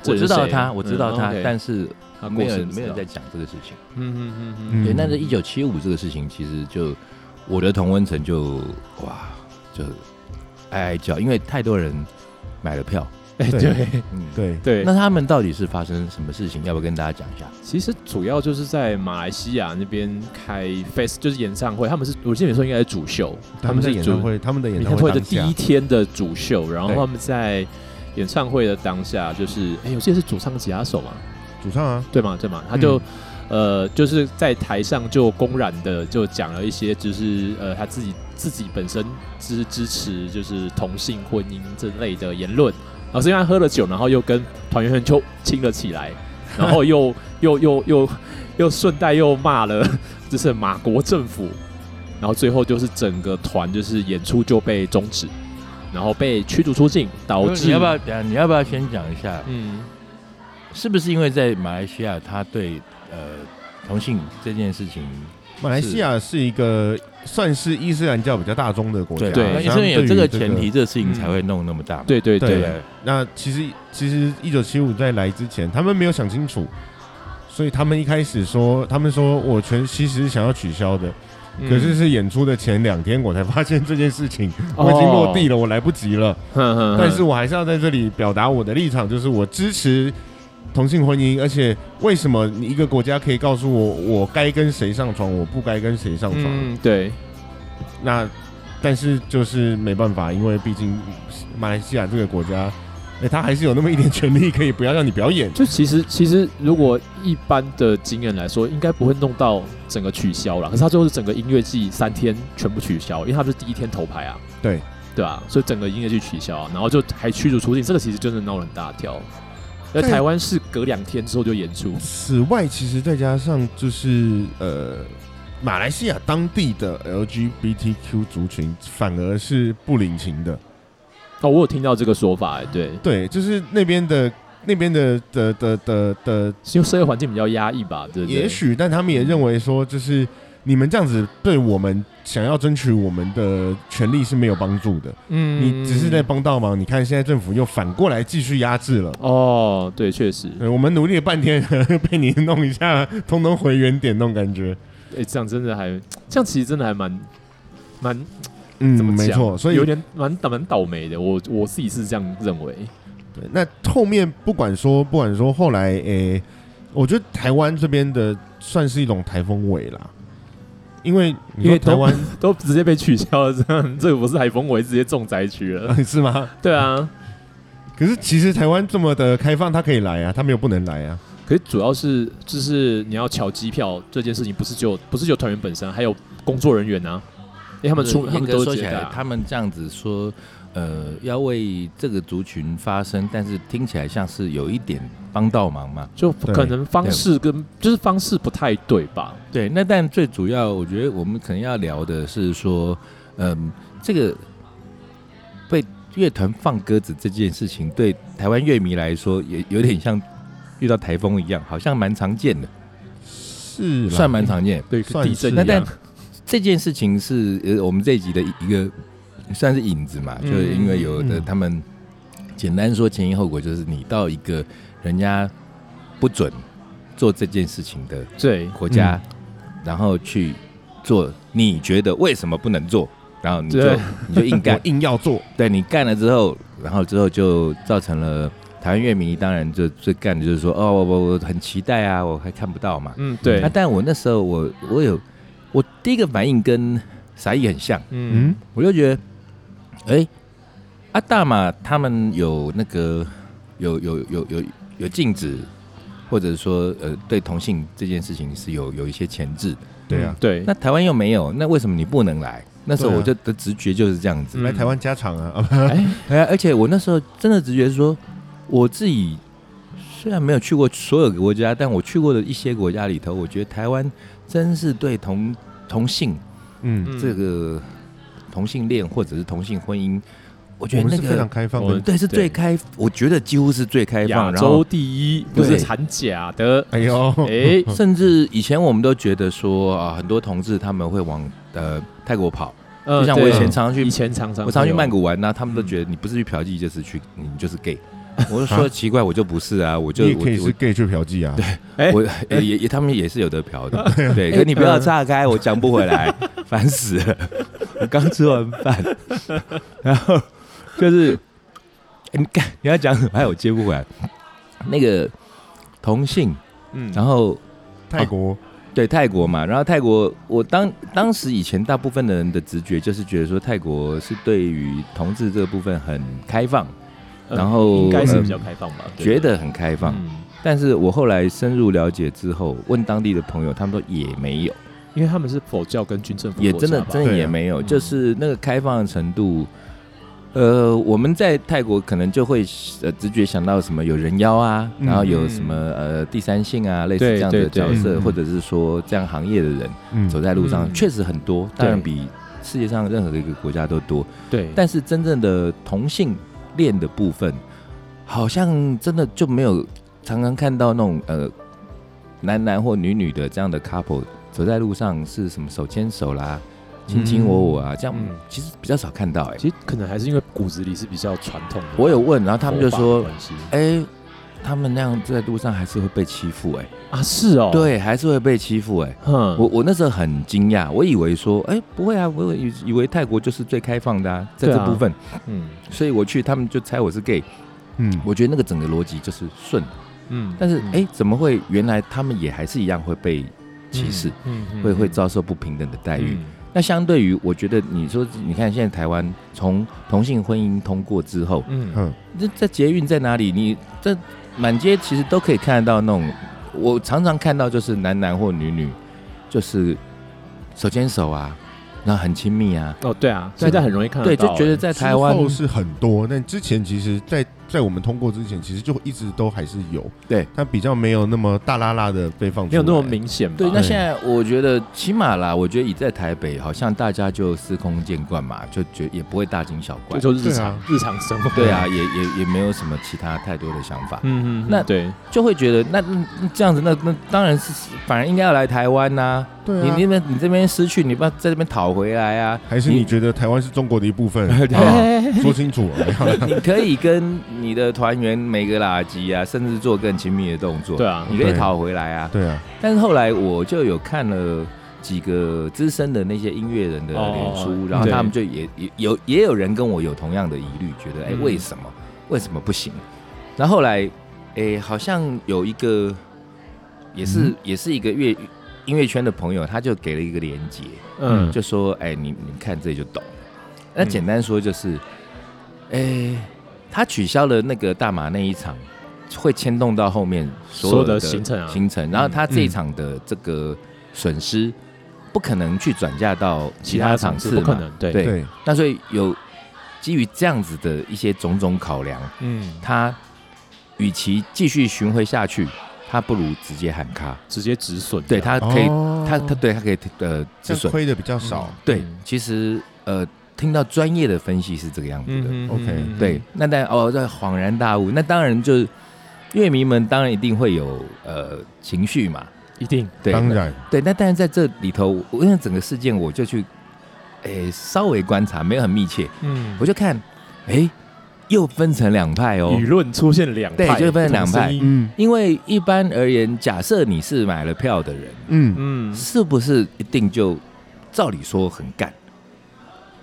Speaker 2: 这
Speaker 3: 我
Speaker 2: 人
Speaker 3: 知道
Speaker 2: 谁
Speaker 3: 他，我知道
Speaker 2: 嗯
Speaker 3: 他，
Speaker 2: ，OK 啊
Speaker 3: 但是
Speaker 2: 他过
Speaker 3: 没有
Speaker 2: 世不
Speaker 3: 没
Speaker 2: 知
Speaker 3: 有
Speaker 2: 道
Speaker 3: 在，讲这个事情。
Speaker 2: 嗯嗯嗯
Speaker 1: 嗯
Speaker 2: 嗯，
Speaker 3: 对，但是一九七五这个事情，其实就我的同温层就哇就哀哀叫，因为太多人买了票。
Speaker 2: 哎
Speaker 1: 对
Speaker 2: 对
Speaker 3: 嗯，
Speaker 1: 对，
Speaker 2: 对，
Speaker 3: 那他们到底是发生什么事情？要不要跟大家讲一下？
Speaker 2: 其实主要就是在马来西亚那边开 fest，就是演唱会，他们是我记得你说应该是主秀，
Speaker 1: 他们在
Speaker 2: 是
Speaker 1: 演
Speaker 2: 主
Speaker 1: 唱会，他们的演
Speaker 2: 演
Speaker 1: 唱
Speaker 2: 唱会的
Speaker 1: 当
Speaker 2: 第
Speaker 1: 下
Speaker 2: 一，天的主秀，然后
Speaker 1: 对
Speaker 2: 他们在演唱会的当下，就是哎，我记得是主唱吉他手嘛，
Speaker 1: 主唱啊，
Speaker 2: 对吗？对吗？他
Speaker 3: 嗯
Speaker 2: 就、呃，就是在台上就公然的就讲了一些，就是呃他自己自己本身支支持就是同性婚姻这类的言论，然后是因为他喝了酒，然后又跟团员们就亲了起 来，然后又又又又又顺带又骂了， 就是马国政府，然后最后就是整个团就是演出就被终止，然后被驱逐出境，导致
Speaker 3: 你要不要讲？你要不要先讲一下？
Speaker 2: 嗯
Speaker 3: 是不是因为在马来西亚，他对呃同性这件事情，
Speaker 1: 马来西亚是一个算是伊斯兰教比较大宗的国家，
Speaker 2: 对
Speaker 3: 那也
Speaker 1: 相
Speaker 3: 是因为有
Speaker 1: 于
Speaker 3: 这个
Speaker 1: 个
Speaker 3: 前提，这个事情才会弄那么大嘛。
Speaker 2: 对对
Speaker 1: 对
Speaker 2: 对
Speaker 1: 那其实其实一九七五在来之前，他们没有想清楚，所以他们一开始说，他们说我全其实是想要取消的，
Speaker 2: 嗯
Speaker 1: 可是是演出的前两天我才发现这件事情，
Speaker 2: 哦
Speaker 1: 我已经落地
Speaker 2: 了，
Speaker 1: 了，我来不及了。
Speaker 2: 哦 哼哼哼
Speaker 1: 但是我还是要在这里表达我的立场，就是我支持同性婚姻，而且为什么你一个国家可以告诉我我该跟谁上床，我不该跟谁上床？
Speaker 2: 嗯对。
Speaker 1: 那但是就是没办法，因为毕竟马来西亚这个国家，哎、他还是有那么一点权利可以不要让你表演。
Speaker 2: 就其实其实如果一般的经验来说，应该不会弄到整个取消了。可是他最后是整个音乐季三天全部取消，因为他们是第一天头牌啊。
Speaker 1: 对。
Speaker 2: 对啊，所以整个音乐季取消、啊，然后就还驱逐出境，这个其实真的闹了很大条。在
Speaker 1: 对
Speaker 2: 台湾是隔两天之后就演出，
Speaker 1: 此外，其实再加上就是呃，马来西亚当地的 LGBTQ 族群反而是不领情的，
Speaker 2: 哦，我有听到这个说法、哎，对，
Speaker 1: 对，就是那边的那边的的的的的，
Speaker 2: 因为社会环境比较压抑吧，对不对？
Speaker 1: 也许，但他们也认为说，就是你们这样子对我们想要争取我们的权利是没有帮助的，
Speaker 2: 嗯，
Speaker 1: 你只是在帮倒忙。你看现在政府又反过来继续压制了。
Speaker 2: 哦，对，确实，
Speaker 1: 对，我们努力了半天， 被你弄一下，通通回原点那种感觉。
Speaker 2: 哎、这样真的还，这样其实真的还蛮蛮
Speaker 1: 嗯
Speaker 2: 怎么讲
Speaker 1: 没错。所以
Speaker 2: 有点蛮蛮倒霉的，我我自己是这样认为。
Speaker 1: 对，那后面不管说不管说后来，诶、我觉得台湾这边的算是一种台风尾啦，因为你
Speaker 2: 因
Speaker 1: 说
Speaker 2: 为
Speaker 1: 台
Speaker 2: 都
Speaker 1: 湾
Speaker 2: 都直接被取消了，这样这个不是海风围，直接重灾区 了。
Speaker 1: 是吗？
Speaker 2: 对啊，
Speaker 1: 可是其实台湾这么的开放，他可以来啊，他没有不能来啊。
Speaker 2: 可是主要是就是你要抢机票这件事情，不是就不是就团员本身，还有工作人员啊，因为他
Speaker 3: 他
Speaker 2: 们出他
Speaker 3: 严
Speaker 2: 们
Speaker 3: 格
Speaker 2: 都
Speaker 3: 说
Speaker 2: 是
Speaker 3: 起
Speaker 2: 接待
Speaker 3: 来
Speaker 2: 啊，
Speaker 3: 他们这样子说，呃，要为这个族群发声，但是听起来像是有一点帮倒忙嘛。
Speaker 2: 就可能方式跟就是方式不太对吧？
Speaker 3: 对，那但最主要，我觉得我们可能要聊的是说，嗯，这个被乐团放鸽子这件事情，对台湾乐迷来说，也有点像遇到台风一样，好像蛮常见的，
Speaker 1: 是啦
Speaker 3: 算蛮常见。
Speaker 2: 对，
Speaker 1: 算
Speaker 2: 地震一
Speaker 1: 是
Speaker 3: 那
Speaker 2: 样
Speaker 3: 但这件事情是呃我们这一集的一个算是影子嘛，
Speaker 2: 嗯
Speaker 3: 就是因为有的
Speaker 1: 嗯
Speaker 3: 他们简单说前因后果，就是你到一个人家不准做这件事情的
Speaker 2: 对
Speaker 3: 国家，然后去做你觉得为什么不能做，然后你就
Speaker 2: 对
Speaker 3: 你就硬
Speaker 1: 我
Speaker 3: 干，
Speaker 1: 硬要做，
Speaker 3: 对你干了之后，然后之后就造成了台湾乐迷当然就最干的就是说哦我我我很期待啊，我还看不到嘛，
Speaker 2: 嗯对
Speaker 3: 那、，啊但我那时候我我有我第一个反应跟傻义很像，
Speaker 2: 嗯
Speaker 1: 嗯，
Speaker 3: 我就觉得，哎、啊大马他们有那个有有有有有禁止，或者说呃对同性这件事情是有有一些前置的，
Speaker 1: 对啊，
Speaker 2: 对，
Speaker 3: 那台湾又没有，那为什么你不能来？那时候
Speaker 1: 对啊
Speaker 3: 我就的直觉就是这样子，
Speaker 1: 来台湾加场啊，啊
Speaker 2: 哎
Speaker 3: 哎、而且我那时候真的直觉是说，我自己虽然没有去过所有国家，但我去过的一些国家里头，我觉得台湾真是对同同性
Speaker 1: 嗯，
Speaker 3: 这个同性恋或者是同性婚姻，我觉
Speaker 1: 我
Speaker 3: 得
Speaker 1: 们
Speaker 3: 那
Speaker 1: 是非常
Speaker 3: 个
Speaker 1: 开放
Speaker 2: 我
Speaker 1: 的
Speaker 2: 们。
Speaker 3: 对是最开，我觉得几乎是最开
Speaker 2: 嗯亚
Speaker 3: 放，然
Speaker 2: 洲
Speaker 3: 后
Speaker 2: 第一不是
Speaker 3: 对
Speaker 2: 产假的，
Speaker 1: 哎呦，
Speaker 2: 哎
Speaker 3: 甚至以前我们都觉得说啊，很多同志他们会往呃泰国跑，
Speaker 2: 呃
Speaker 3: 就像我
Speaker 2: 对
Speaker 3: 以前常常去
Speaker 2: 以前常常
Speaker 3: 我常去曼
Speaker 2: 谷，
Speaker 3: 谷玩呐、啊他们都觉得你不是去嫖妓就是去，你就是 gay。我就说
Speaker 1: 啊
Speaker 3: 奇怪，我就不是啊，我就
Speaker 1: 你也
Speaker 3: 我
Speaker 1: 可以
Speaker 3: 我
Speaker 1: 是 gay 去嫖妓啊，
Speaker 2: 哎
Speaker 3: 我呃也 也他们也是有得 嫖的，对。可你不要岔开，我讲不回来，烦死了。我刚吃完饭， 然后就是哎你看你要讲什么，哎，我接不回来。那个同性，
Speaker 2: 嗯，
Speaker 3: 然后
Speaker 1: 泰国
Speaker 3: 对泰国嘛，然后泰国，我当当时以前大部分的人的直觉就是觉得说泰国是对于同志这个部分很开放，
Speaker 2: 嗯
Speaker 3: 然后
Speaker 2: 应该是比
Speaker 3: 嗯
Speaker 2: 较开放吧，对
Speaker 3: 觉得很开放。
Speaker 2: 嗯
Speaker 3: 但是我后来深入了解之后，问当地的朋友，他们说也没有，
Speaker 2: 因为他们是佛教跟军政府
Speaker 3: 也
Speaker 2: 国
Speaker 3: 真的
Speaker 2: 家吧
Speaker 3: 真的
Speaker 1: 对啊
Speaker 3: 也没有，
Speaker 2: 嗯
Speaker 3: 就是那个开放的程度。呃，我们在泰国可能就会呃直觉想到什么有人妖啊，
Speaker 1: 嗯
Speaker 3: 然后有什么呃第三性啊，类似
Speaker 2: 对
Speaker 3: 这样的
Speaker 2: 对对
Speaker 3: 角色，
Speaker 1: 嗯嗯
Speaker 3: 或者是说这样行业的人，
Speaker 1: 嗯
Speaker 3: 走在路上
Speaker 2: 嗯
Speaker 3: 确实很多，当然
Speaker 2: 对
Speaker 3: 比世界上任何一个国家都多。
Speaker 2: 对，
Speaker 3: 但是真正的同性恋的部分，好像真的就没有常常看到那种呃男男或女女的这样的 couple 走在路上是什么手牵手啦、卿卿我我啊，这样
Speaker 2: 嗯
Speaker 3: 其实比较少看到哎、
Speaker 2: 其实可能还是因为骨子里是比较传统的，
Speaker 3: 我有问，然后他们就
Speaker 2: 佛
Speaker 3: 说
Speaker 2: 法的，关系
Speaker 3: 哎、他们那样在路上还是会被欺负哎、
Speaker 2: 啊，是哦，，嗯
Speaker 3: 对，还是会被欺负哎、
Speaker 2: 哼，
Speaker 3: 我我那时候很惊讶，我以为说，哎、不会啊，我以以为泰国就是最开放的啊，在
Speaker 2: 对
Speaker 3: 这
Speaker 2: 啊
Speaker 3: 部分，
Speaker 2: 嗯
Speaker 3: 所以我去他们就猜我是 gay，
Speaker 1: 嗯，
Speaker 3: 我觉得那个整个逻辑就是顺，
Speaker 2: 嗯，
Speaker 3: 但是
Speaker 2: 嗯
Speaker 3: 哎、怎么会原来他们也还是一样会被歧视，，
Speaker 2: 嗯嗯
Speaker 3: 会会
Speaker 2: 造
Speaker 3: 遭受不平等的待遇？
Speaker 2: 嗯
Speaker 3: 那相对于我觉得你说，你看现在台湾从同性婚姻通过之后，
Speaker 2: 嗯
Speaker 1: 嗯
Speaker 3: 这这捷运在哪里？你这满街其实都可以看得到那种，我常常看到就是男男或女女，就是手牵手啊，然后很亲密啊，
Speaker 2: 哦，对啊，现在很容易看得
Speaker 3: 对，
Speaker 2: 到，
Speaker 3: 就觉得
Speaker 2: 哎
Speaker 3: 在台湾
Speaker 1: 之后是很多，但之前其实在在我们通过之前，其实就一直都还是有，
Speaker 3: 对，
Speaker 1: 它比较没有那么大拉拉的被放出来，
Speaker 2: 没有那么明显吧？啊
Speaker 3: 对，那
Speaker 1: 对
Speaker 3: 现在我觉得起码啦，我觉得以在台北，好像大家就司空见惯嘛，就觉也不会大惊小怪
Speaker 2: 就。就日
Speaker 1: 对
Speaker 2: 常、
Speaker 1: 啊
Speaker 2: 日常生活。
Speaker 3: 对啊，也也也没有什么其他太多的想法，
Speaker 2: 嗯，嗯嗯，
Speaker 3: 那
Speaker 2: 对，
Speaker 3: 就会觉得那那那这样子，那那当然是反而应该要来台湾呐、
Speaker 1: 对
Speaker 2: 嗯
Speaker 3: 你
Speaker 1: 啊，
Speaker 3: 那边你这边失去，你不要在这边讨回来 啊。
Speaker 1: 还是你觉得台湾是中国的一部分？啊
Speaker 2: 哎
Speaker 1: 说清楚了，
Speaker 3: 你可以跟你的团员每个垃圾啊，甚至做更亲密的动作。
Speaker 2: 对啊
Speaker 3: 你可以
Speaker 1: 对
Speaker 3: 讨回来啊。
Speaker 1: 对啊，
Speaker 3: 但是后来我就有看了几个资深的那些音乐人的脸书，
Speaker 2: 哦
Speaker 3: 然后
Speaker 2: 对
Speaker 3: 他们就也也有也有人跟我有同样的疑虑，觉得哎、
Speaker 2: 嗯
Speaker 3: 为什么为什么不行？然后后来哎、好像有一个也是、
Speaker 1: 嗯
Speaker 3: 也是一个乐音乐圈的朋友，他就给了一个连接，
Speaker 2: 嗯，
Speaker 3: 就说哎、你你看这就懂了。那
Speaker 2: 嗯
Speaker 3: 简单说就是，哎、他取消了那个大马那一场。会牵动到后面所
Speaker 2: 所有
Speaker 3: 有的
Speaker 2: 的行程啊，
Speaker 3: 行程，然后他这一
Speaker 1: 嗯
Speaker 3: 场的这个损失不可能去转嫁到其
Speaker 2: 其
Speaker 3: 他
Speaker 2: 他
Speaker 3: 场
Speaker 2: 场
Speaker 3: 次
Speaker 2: 次
Speaker 3: 嘛，
Speaker 2: 嗯不可能，对，
Speaker 3: 对
Speaker 1: 对，
Speaker 3: 那所以有基于这样子的一些种种考量，
Speaker 2: 嗯，
Speaker 3: 他与其继续巡回下去，他不如直接喊卡，
Speaker 2: 直接止损，
Speaker 3: 对他可以，
Speaker 1: 哦
Speaker 3: 他他对他可以呃
Speaker 1: 这
Speaker 3: 止
Speaker 1: 样
Speaker 3: 损。
Speaker 1: 亏的比较少，
Speaker 3: 对
Speaker 2: 嗯，
Speaker 3: 其实呃听到专业的分析是这个样子的，
Speaker 2: 嗯
Speaker 1: ，OK，
Speaker 3: 对，，那但哦，这恍然大悟，那当然就是乐迷们当然一定会有呃情绪嘛，
Speaker 2: 一定，
Speaker 3: 对，
Speaker 1: 当然
Speaker 3: 对，那但是在这里头，我因为整个事件，我就去，诶、稍微观察，没有很密切，
Speaker 2: 嗯
Speaker 3: 我就看，诶、又分成两派哦
Speaker 2: 舆。论出现两
Speaker 3: 对
Speaker 2: 派，
Speaker 3: 就分成
Speaker 2: 不同
Speaker 3: 两派
Speaker 2: 声音
Speaker 1: 嗯
Speaker 3: 因为一般而言，假设你是买了票的人，
Speaker 1: 嗯，
Speaker 2: 嗯，
Speaker 3: 是不是一定就照理说很干？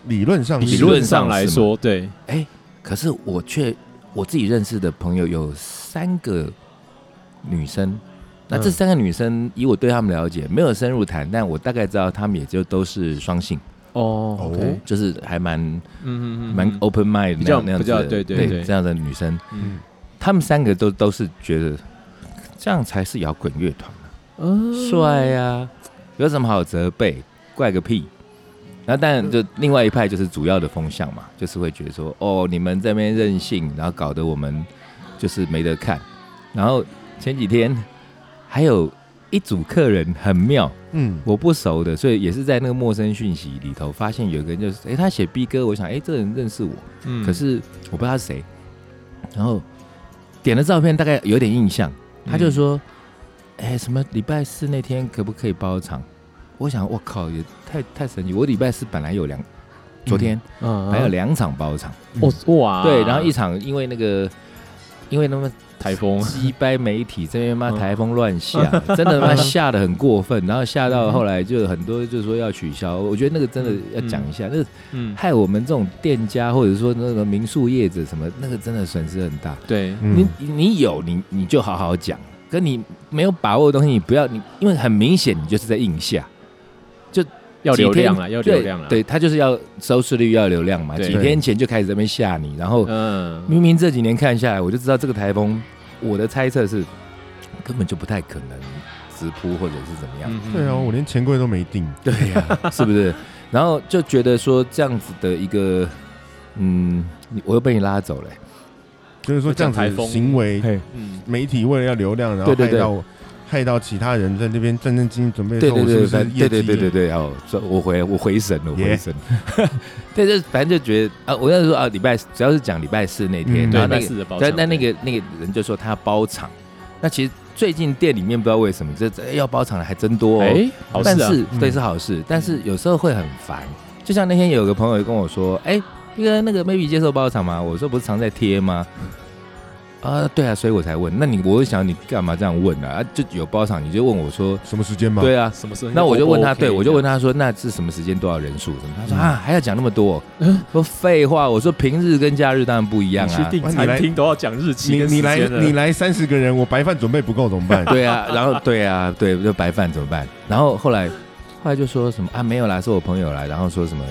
Speaker 1: 理论上
Speaker 2: 理
Speaker 1: 是
Speaker 2: 论上来说，对，
Speaker 3: 诶、可是我却我自己认识的朋友有三个女生。那这
Speaker 2: 嗯
Speaker 3: 三个女生，以我对她们了解，没有深入谈，但我大概知道她们也就都是双性，
Speaker 2: 哦
Speaker 1: ，OK
Speaker 3: 就是还蛮
Speaker 2: 嗯嗯嗯，
Speaker 3: 蛮 open mind
Speaker 2: 比较
Speaker 3: 那样那样子
Speaker 2: 比较
Speaker 3: 的
Speaker 2: 对对对
Speaker 3: 这样的女生，
Speaker 2: 嗯
Speaker 3: 她们三个都都是觉得这样才是摇滚乐团啊，
Speaker 2: 嗯
Speaker 3: 帅呀、有什么好责备？怪个屁！然后当然就另外一派就是主要的风向嘛，就是会觉得说哦，你们这边任性，然后搞得我们就是没得看。然后前几天还有一组客人很妙，
Speaker 1: 嗯，
Speaker 3: 我不熟的，所以也是在那个陌生讯息里头发现有一个人就是，诶，他写 B 哥，我想，诶，这人认识我，
Speaker 2: 嗯
Speaker 3: 可是我不知道他是谁，然后点了照片，大概有点印象，
Speaker 2: 嗯
Speaker 3: 他就说：“哎、什么礼拜四那天可不可以包场？”我想，我靠，也太太神奇！我礼拜四本来有两，昨天
Speaker 2: 嗯
Speaker 3: 还有
Speaker 2: 两，
Speaker 3: 两场包场，
Speaker 2: 哦哇，
Speaker 3: 对，然后一场因为那个，因为那么
Speaker 2: 台风，
Speaker 3: 鸡掰媒体这边妈
Speaker 2: 嗯
Speaker 3: 台风 乱下，真的妈下的很过分，然后下
Speaker 2: 嗯
Speaker 3: 到后来就很多就说要取消，我觉得那个真的要讲一下，那个
Speaker 2: 嗯，
Speaker 3: 害我们这种店家或者说那个民宿业者什么，那个真的损失很大。
Speaker 2: 对，
Speaker 1: 嗯
Speaker 3: 你你有你你就好好讲，跟你没有把握的东西，你不要你，因为很明显你就是在硬下，
Speaker 2: 要流量了，
Speaker 3: 几天
Speaker 2: 要流量了，
Speaker 3: 对，对他就是要收视率要流量嘛。
Speaker 2: 对
Speaker 3: 几天前就开始在那边吓你，然后
Speaker 2: 嗯，
Speaker 3: 明明这几年看下来，我就知道这个台风，我的猜测是根本就不太可能直扑或者是怎么样。
Speaker 2: 嗯
Speaker 1: 对啊，我连钱柜都没定，
Speaker 3: 对啊呀、是不是？然后就觉得说这样子的一个，嗯，你我又被你拉走了、
Speaker 1: 就是说这样
Speaker 2: 讲台
Speaker 1: 子
Speaker 2: 风
Speaker 1: 行为，
Speaker 3: 嘿，
Speaker 2: 嗯
Speaker 1: 媒体为了要流量，然后
Speaker 3: 对
Speaker 1: 害
Speaker 3: 对对
Speaker 1: 到害到其他人在那边战战兢兢准备
Speaker 3: 对
Speaker 1: 说，
Speaker 3: 对
Speaker 1: 我是
Speaker 3: 对，
Speaker 1: 不
Speaker 3: 反
Speaker 1: 是
Speaker 3: 对
Speaker 1: 业
Speaker 3: 对对
Speaker 1: 绩？
Speaker 3: 对对，哦，所以我回我回神了，我
Speaker 1: Yeah
Speaker 3: 回神。对，就反正就觉得啊，我那时候啊，礼拜只要是讲礼拜四那天，
Speaker 1: 嗯
Speaker 3: 然
Speaker 2: 对，
Speaker 3: 后那
Speaker 2: 那
Speaker 3: 个，
Speaker 2: 是的包
Speaker 3: 但
Speaker 2: 场
Speaker 3: 但那个那个人就说他要包场，那其实最近店里面不知道为什么这这要包场的还真多哦。
Speaker 2: 哎，好
Speaker 3: 但
Speaker 2: 事啊
Speaker 3: 是
Speaker 1: 嗯
Speaker 3: 对是好事，但是有时候会很烦。就像那天有个朋友就跟我说，哎，那个那个 maybe 接受包场吗？我说不是常在贴吗？啊，对啊，所以我才问。那你我就想你干嘛这样问啊？啊就有包场你就问我说，
Speaker 1: 什么时间嘛？
Speaker 3: 对啊，
Speaker 2: 什么事？
Speaker 3: 那我就问他，对我就问
Speaker 2: 他，
Speaker 3: 他说，那是什么时间多少人数？什么？他说
Speaker 1: 嗯
Speaker 3: 啊，还要讲那么多
Speaker 2: 嗯？
Speaker 3: 说废话，我说平日跟假日当然不一样
Speaker 2: 你去
Speaker 3: 啊。
Speaker 2: 订
Speaker 1: 哇你来
Speaker 2: 餐厅都要讲日期
Speaker 1: 你
Speaker 2: 跟
Speaker 1: 你
Speaker 2: 时
Speaker 1: 来
Speaker 2: 间的
Speaker 1: 你来三十个人，我白饭准备不够怎么 办？
Speaker 3: 对啊，然后对啊，对，就白饭怎么办？然后后来后来就说什么啊，没有啦，是我朋友啦，然后说什么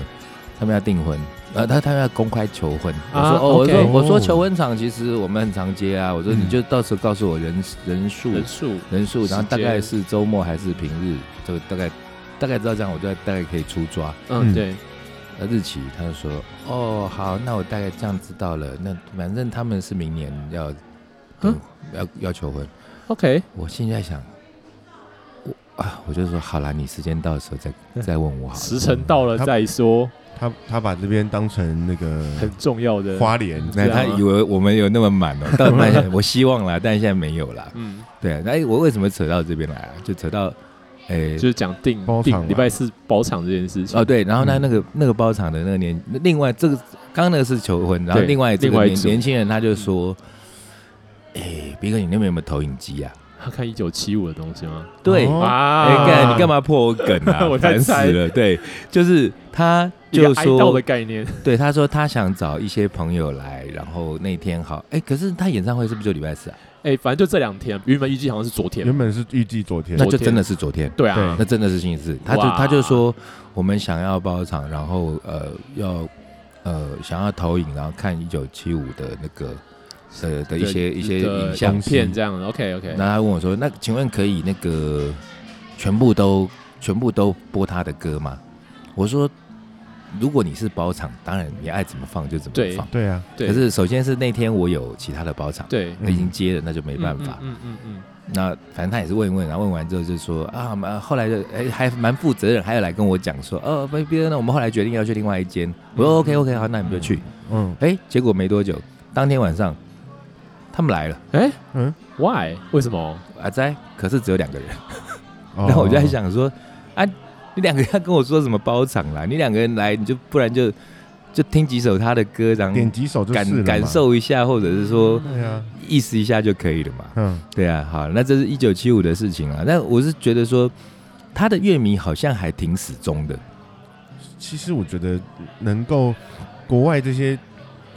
Speaker 3: 他们要订婚，呃，他他们要公开求婚。我
Speaker 2: 啊
Speaker 3: 说哦，我
Speaker 2: OK
Speaker 3: 说我
Speaker 1: 哦
Speaker 3: 说求婚场其实我们很常接啊，我说你
Speaker 1: 嗯
Speaker 3: 就到时候告诉我人人数
Speaker 2: 人数，
Speaker 3: 人数，然后大
Speaker 2: 时间
Speaker 3: 概是周末还是平日，就大概大概知道这样，我就大概可以出抓。
Speaker 2: 嗯，
Speaker 1: 嗯
Speaker 2: 对，
Speaker 3: 呃日期，他就说哦好，那我大概这样知道了。那反正他们是明年要
Speaker 2: 嗯
Speaker 3: 要要求婚。
Speaker 2: OK，
Speaker 3: 我现在想，我啊，我就说好啦，你时间到的时候再
Speaker 2: 嗯
Speaker 3: 再问我好了。
Speaker 2: 时辰到了
Speaker 1: 他
Speaker 2: 再说，
Speaker 1: 他他把这边当成那
Speaker 2: 很
Speaker 1: 个
Speaker 2: 重要
Speaker 3: 呃
Speaker 2: 的。
Speaker 1: 花莲，
Speaker 3: 那
Speaker 2: 这样
Speaker 3: 他
Speaker 2: 吗
Speaker 3: 以为我们有那么满 哦、到半夜我希望啦，但现在没有啦。
Speaker 2: 嗯，
Speaker 3: 对啊，那我为什么扯到这边来啊？就扯到，哎诶、
Speaker 2: 就是讲定
Speaker 1: 包场
Speaker 2: 定
Speaker 1: 嘛
Speaker 2: 礼拜四包场这件事情。
Speaker 3: 哦对，然后呢，
Speaker 1: 嗯
Speaker 3: 那个那个包场的那个年，那另外这个刚刚那个是求婚，然后
Speaker 2: 对
Speaker 3: 另外这
Speaker 2: 另
Speaker 3: 个
Speaker 2: 外一
Speaker 3: 年
Speaker 2: 组嗯
Speaker 3: 年轻人他就说，哎、斌哥，你那边有没有投影机啊？
Speaker 2: 他看一九七五的东西吗？
Speaker 3: 对，
Speaker 1: 哦
Speaker 2: 啊
Speaker 3: 哎干，你干？嘛破我梗啊？
Speaker 2: 我在
Speaker 3: 烦死
Speaker 2: 猜
Speaker 3: 了。对，就是他
Speaker 2: 一个
Speaker 3: 就
Speaker 2: 哀悼
Speaker 3: 说
Speaker 2: 的，概念，
Speaker 3: 对，他说他想找一些朋友来，然后那天好，哎、可是他演唱会是不是就礼拜四啊？
Speaker 2: 哎，反正就这两天，原本预计好像是昨天。
Speaker 1: 原本是预计昨天
Speaker 3: 那
Speaker 2: 昨
Speaker 3: 就
Speaker 2: 天
Speaker 3: 真的是昨天。
Speaker 2: 对啊
Speaker 3: 那，真的是心事，他就
Speaker 2: 哇
Speaker 3: 他就说我们想要包场，然后呃要呃想要投影，然后看一九七五的那个呃的一些
Speaker 2: 的
Speaker 3: 一些
Speaker 2: 的
Speaker 3: 影像
Speaker 2: 影。片这样。OK OK，
Speaker 3: 那他问我说：“那请问可以那个全部都全部都播他的歌吗？”我说：“如果你是包场，当然你爱怎么放就怎
Speaker 2: 对
Speaker 3: 么放。
Speaker 1: 对啊，
Speaker 2: 对，
Speaker 3: 可是首先是那天我有其他的包场，
Speaker 2: 对，
Speaker 1: 嗯
Speaker 3: 已经接了，那就没办法。
Speaker 2: 嗯嗯嗯
Speaker 3: 那反正他也是问一问，然后问完之后就说啊，蛮后来就哎、还蛮负责任，还有来跟我讲说，哦，不不，那我们后来决定要去另外一间。我说 OK OK，好，那你们就去。
Speaker 1: 嗯，
Speaker 3: 哎、结果没多久，当天晚上他们来了，
Speaker 2: 嗯，哎，嗯
Speaker 1: 嗯
Speaker 2: ，Why？为什么？
Speaker 3: 阿斋，可是只有两个人。
Speaker 1: 哦
Speaker 3: 然后我就在，想说，啊，你两个人要跟我说什么包场啦？你两个人来，你就不然就就听几首他的歌，然后
Speaker 1: 点几首就是了
Speaker 3: 感
Speaker 1: 嘛
Speaker 3: 感，受一下，或者是说
Speaker 1: 对啊，
Speaker 3: 意思一下就可以了嘛。
Speaker 1: 嗯，
Speaker 3: 对啊，好，那这是一九七五的事情啊。但我是觉得说，他的乐迷好像还挺死忠的。
Speaker 1: 其实我觉得能够国外这些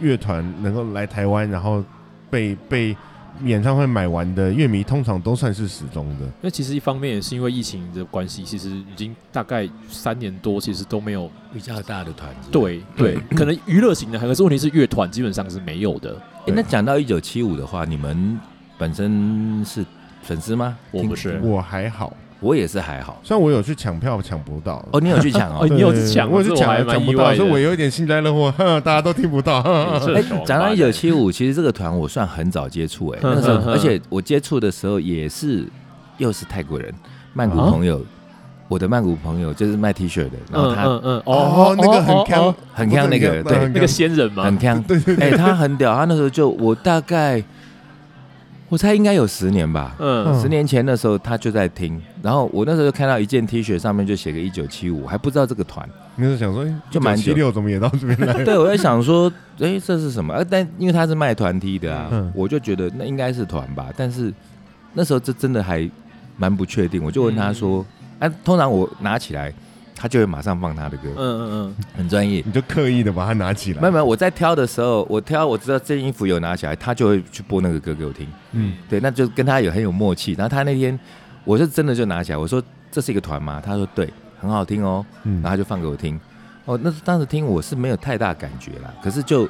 Speaker 1: 乐团能够来台湾，然后被被演唱会买完的乐迷，通常都算是始终的。
Speaker 2: 那其实一方面也是因为疫情的关系，其实已经大概三年多，其实都没有
Speaker 3: 比较大的团子。
Speaker 2: 对 对，可能娱乐型的，可是问题是乐团基本上是没有的。
Speaker 3: 诶那讲到一九七五的话，你们本身是粉丝吗？
Speaker 2: 我
Speaker 3: 听
Speaker 2: 不是
Speaker 1: 我还好，
Speaker 3: 我也是 还好。
Speaker 1: 虽然我有去抢票，抢不到。
Speaker 3: 哦，你有去抢哦
Speaker 2: 哦，？你有去
Speaker 1: 对
Speaker 2: 抢，
Speaker 1: 我有
Speaker 2: 这
Speaker 1: 去
Speaker 2: 我还
Speaker 1: 抢，
Speaker 2: 蛮
Speaker 1: 抢不
Speaker 2: 意
Speaker 1: 到，
Speaker 2: 外
Speaker 1: 所以我
Speaker 2: 的。嗯
Speaker 1: 有一点幸灾乐祸， 哼大家都听不到。哼
Speaker 2: 是
Speaker 1: 哼
Speaker 3: 哎，
Speaker 2: 爽
Speaker 3: 讲到
Speaker 2: 吧
Speaker 3: 一九七五，其实这个团我算很早接触哎、
Speaker 2: 嗯
Speaker 3: 那时
Speaker 2: 嗯
Speaker 3: 候，
Speaker 2: 嗯
Speaker 3: 而且我接触的时候也是又是泰国人，曼谷
Speaker 2: 啊
Speaker 3: 朋友，我的曼谷朋友就是卖 T 恤的，然后
Speaker 2: 嗯
Speaker 3: 他
Speaker 2: 嗯嗯，
Speaker 1: 哦，那个
Speaker 2: 哦
Speaker 1: 很
Speaker 2: 哦
Speaker 1: 强
Speaker 2: 哦，
Speaker 3: 很像那个
Speaker 1: 不
Speaker 3: 对
Speaker 1: 是很
Speaker 2: 那
Speaker 1: 强
Speaker 2: 个仙人嘛
Speaker 3: 很，强，
Speaker 1: 对对对
Speaker 3: 哎、他很屌，他那时候就我大概我猜应该有十年吧，
Speaker 2: 嗯，
Speaker 3: 十年前的时候他就在听，然后我那时候就看到一件 T 恤上面就写个一九七五，还不知道这 个团，
Speaker 1: 你是想说，哎
Speaker 3: 就蛮
Speaker 1: 七
Speaker 3: 久
Speaker 1: 六怎么也到这边来？
Speaker 3: 对我在想说，哎、这是什么？呃，但因为他是卖团 T 的啊，
Speaker 1: 嗯
Speaker 3: 我就觉得那应该是团吧，但是那时候这真的还蛮不确定，我就问他
Speaker 2: 嗯
Speaker 3: 说，啊，通常我拿起来，他就会马上放他的歌，
Speaker 2: 嗯嗯嗯，
Speaker 3: 很专业。
Speaker 1: 你就刻意的把它拿起来
Speaker 3: 没有，没有，我在挑的时候，我挑我知道这件衣服有拿起来，他就会去播那个歌给我听。
Speaker 1: 嗯，
Speaker 3: 对，那就跟他有很有默契。然后他那天，我是真的就拿起来，我说这是一个团吗？他说对，很好听哦。
Speaker 1: 嗯
Speaker 3: 然后他就放给我听。哦，那当时听我是没有太大感觉啦，可是就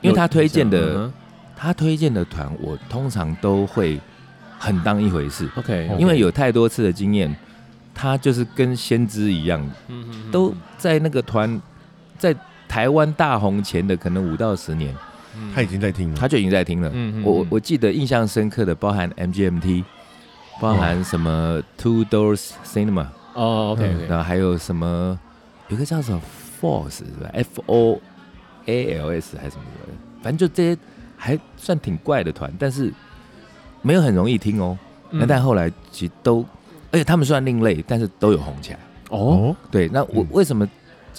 Speaker 3: 因为他推荐的，
Speaker 2: 嗯
Speaker 3: 他推荐的团，我通常都会很当一回事，
Speaker 2: 嗯哼 OK，
Speaker 1: 哦
Speaker 3: 因为有太多次的经验，他就是跟先知一样，
Speaker 2: 嗯嗯嗯
Speaker 3: 都在那个团在台湾大红前的可能五到十年，
Speaker 2: 嗯
Speaker 1: 他已经在听了，
Speaker 3: 他就已经在听了。
Speaker 2: 嗯嗯
Speaker 3: 我我
Speaker 2: 嗯
Speaker 3: 我记得印象深刻的包含 MGMT，包含什么 Two Doors Cinema，
Speaker 2: 哦 OK
Speaker 3: 然
Speaker 2: OK，
Speaker 3: 后还有什么有个叫什么 Force 是吧？F O A L S 还是什么的，反正就这些还算挺怪的团，但是没有很容易听哦。
Speaker 2: 嗯
Speaker 3: 那、但后来其实都，而且他们虽然另类，但是都有红起来。
Speaker 2: 哦，
Speaker 3: 对，那我
Speaker 1: 嗯
Speaker 3: 为什么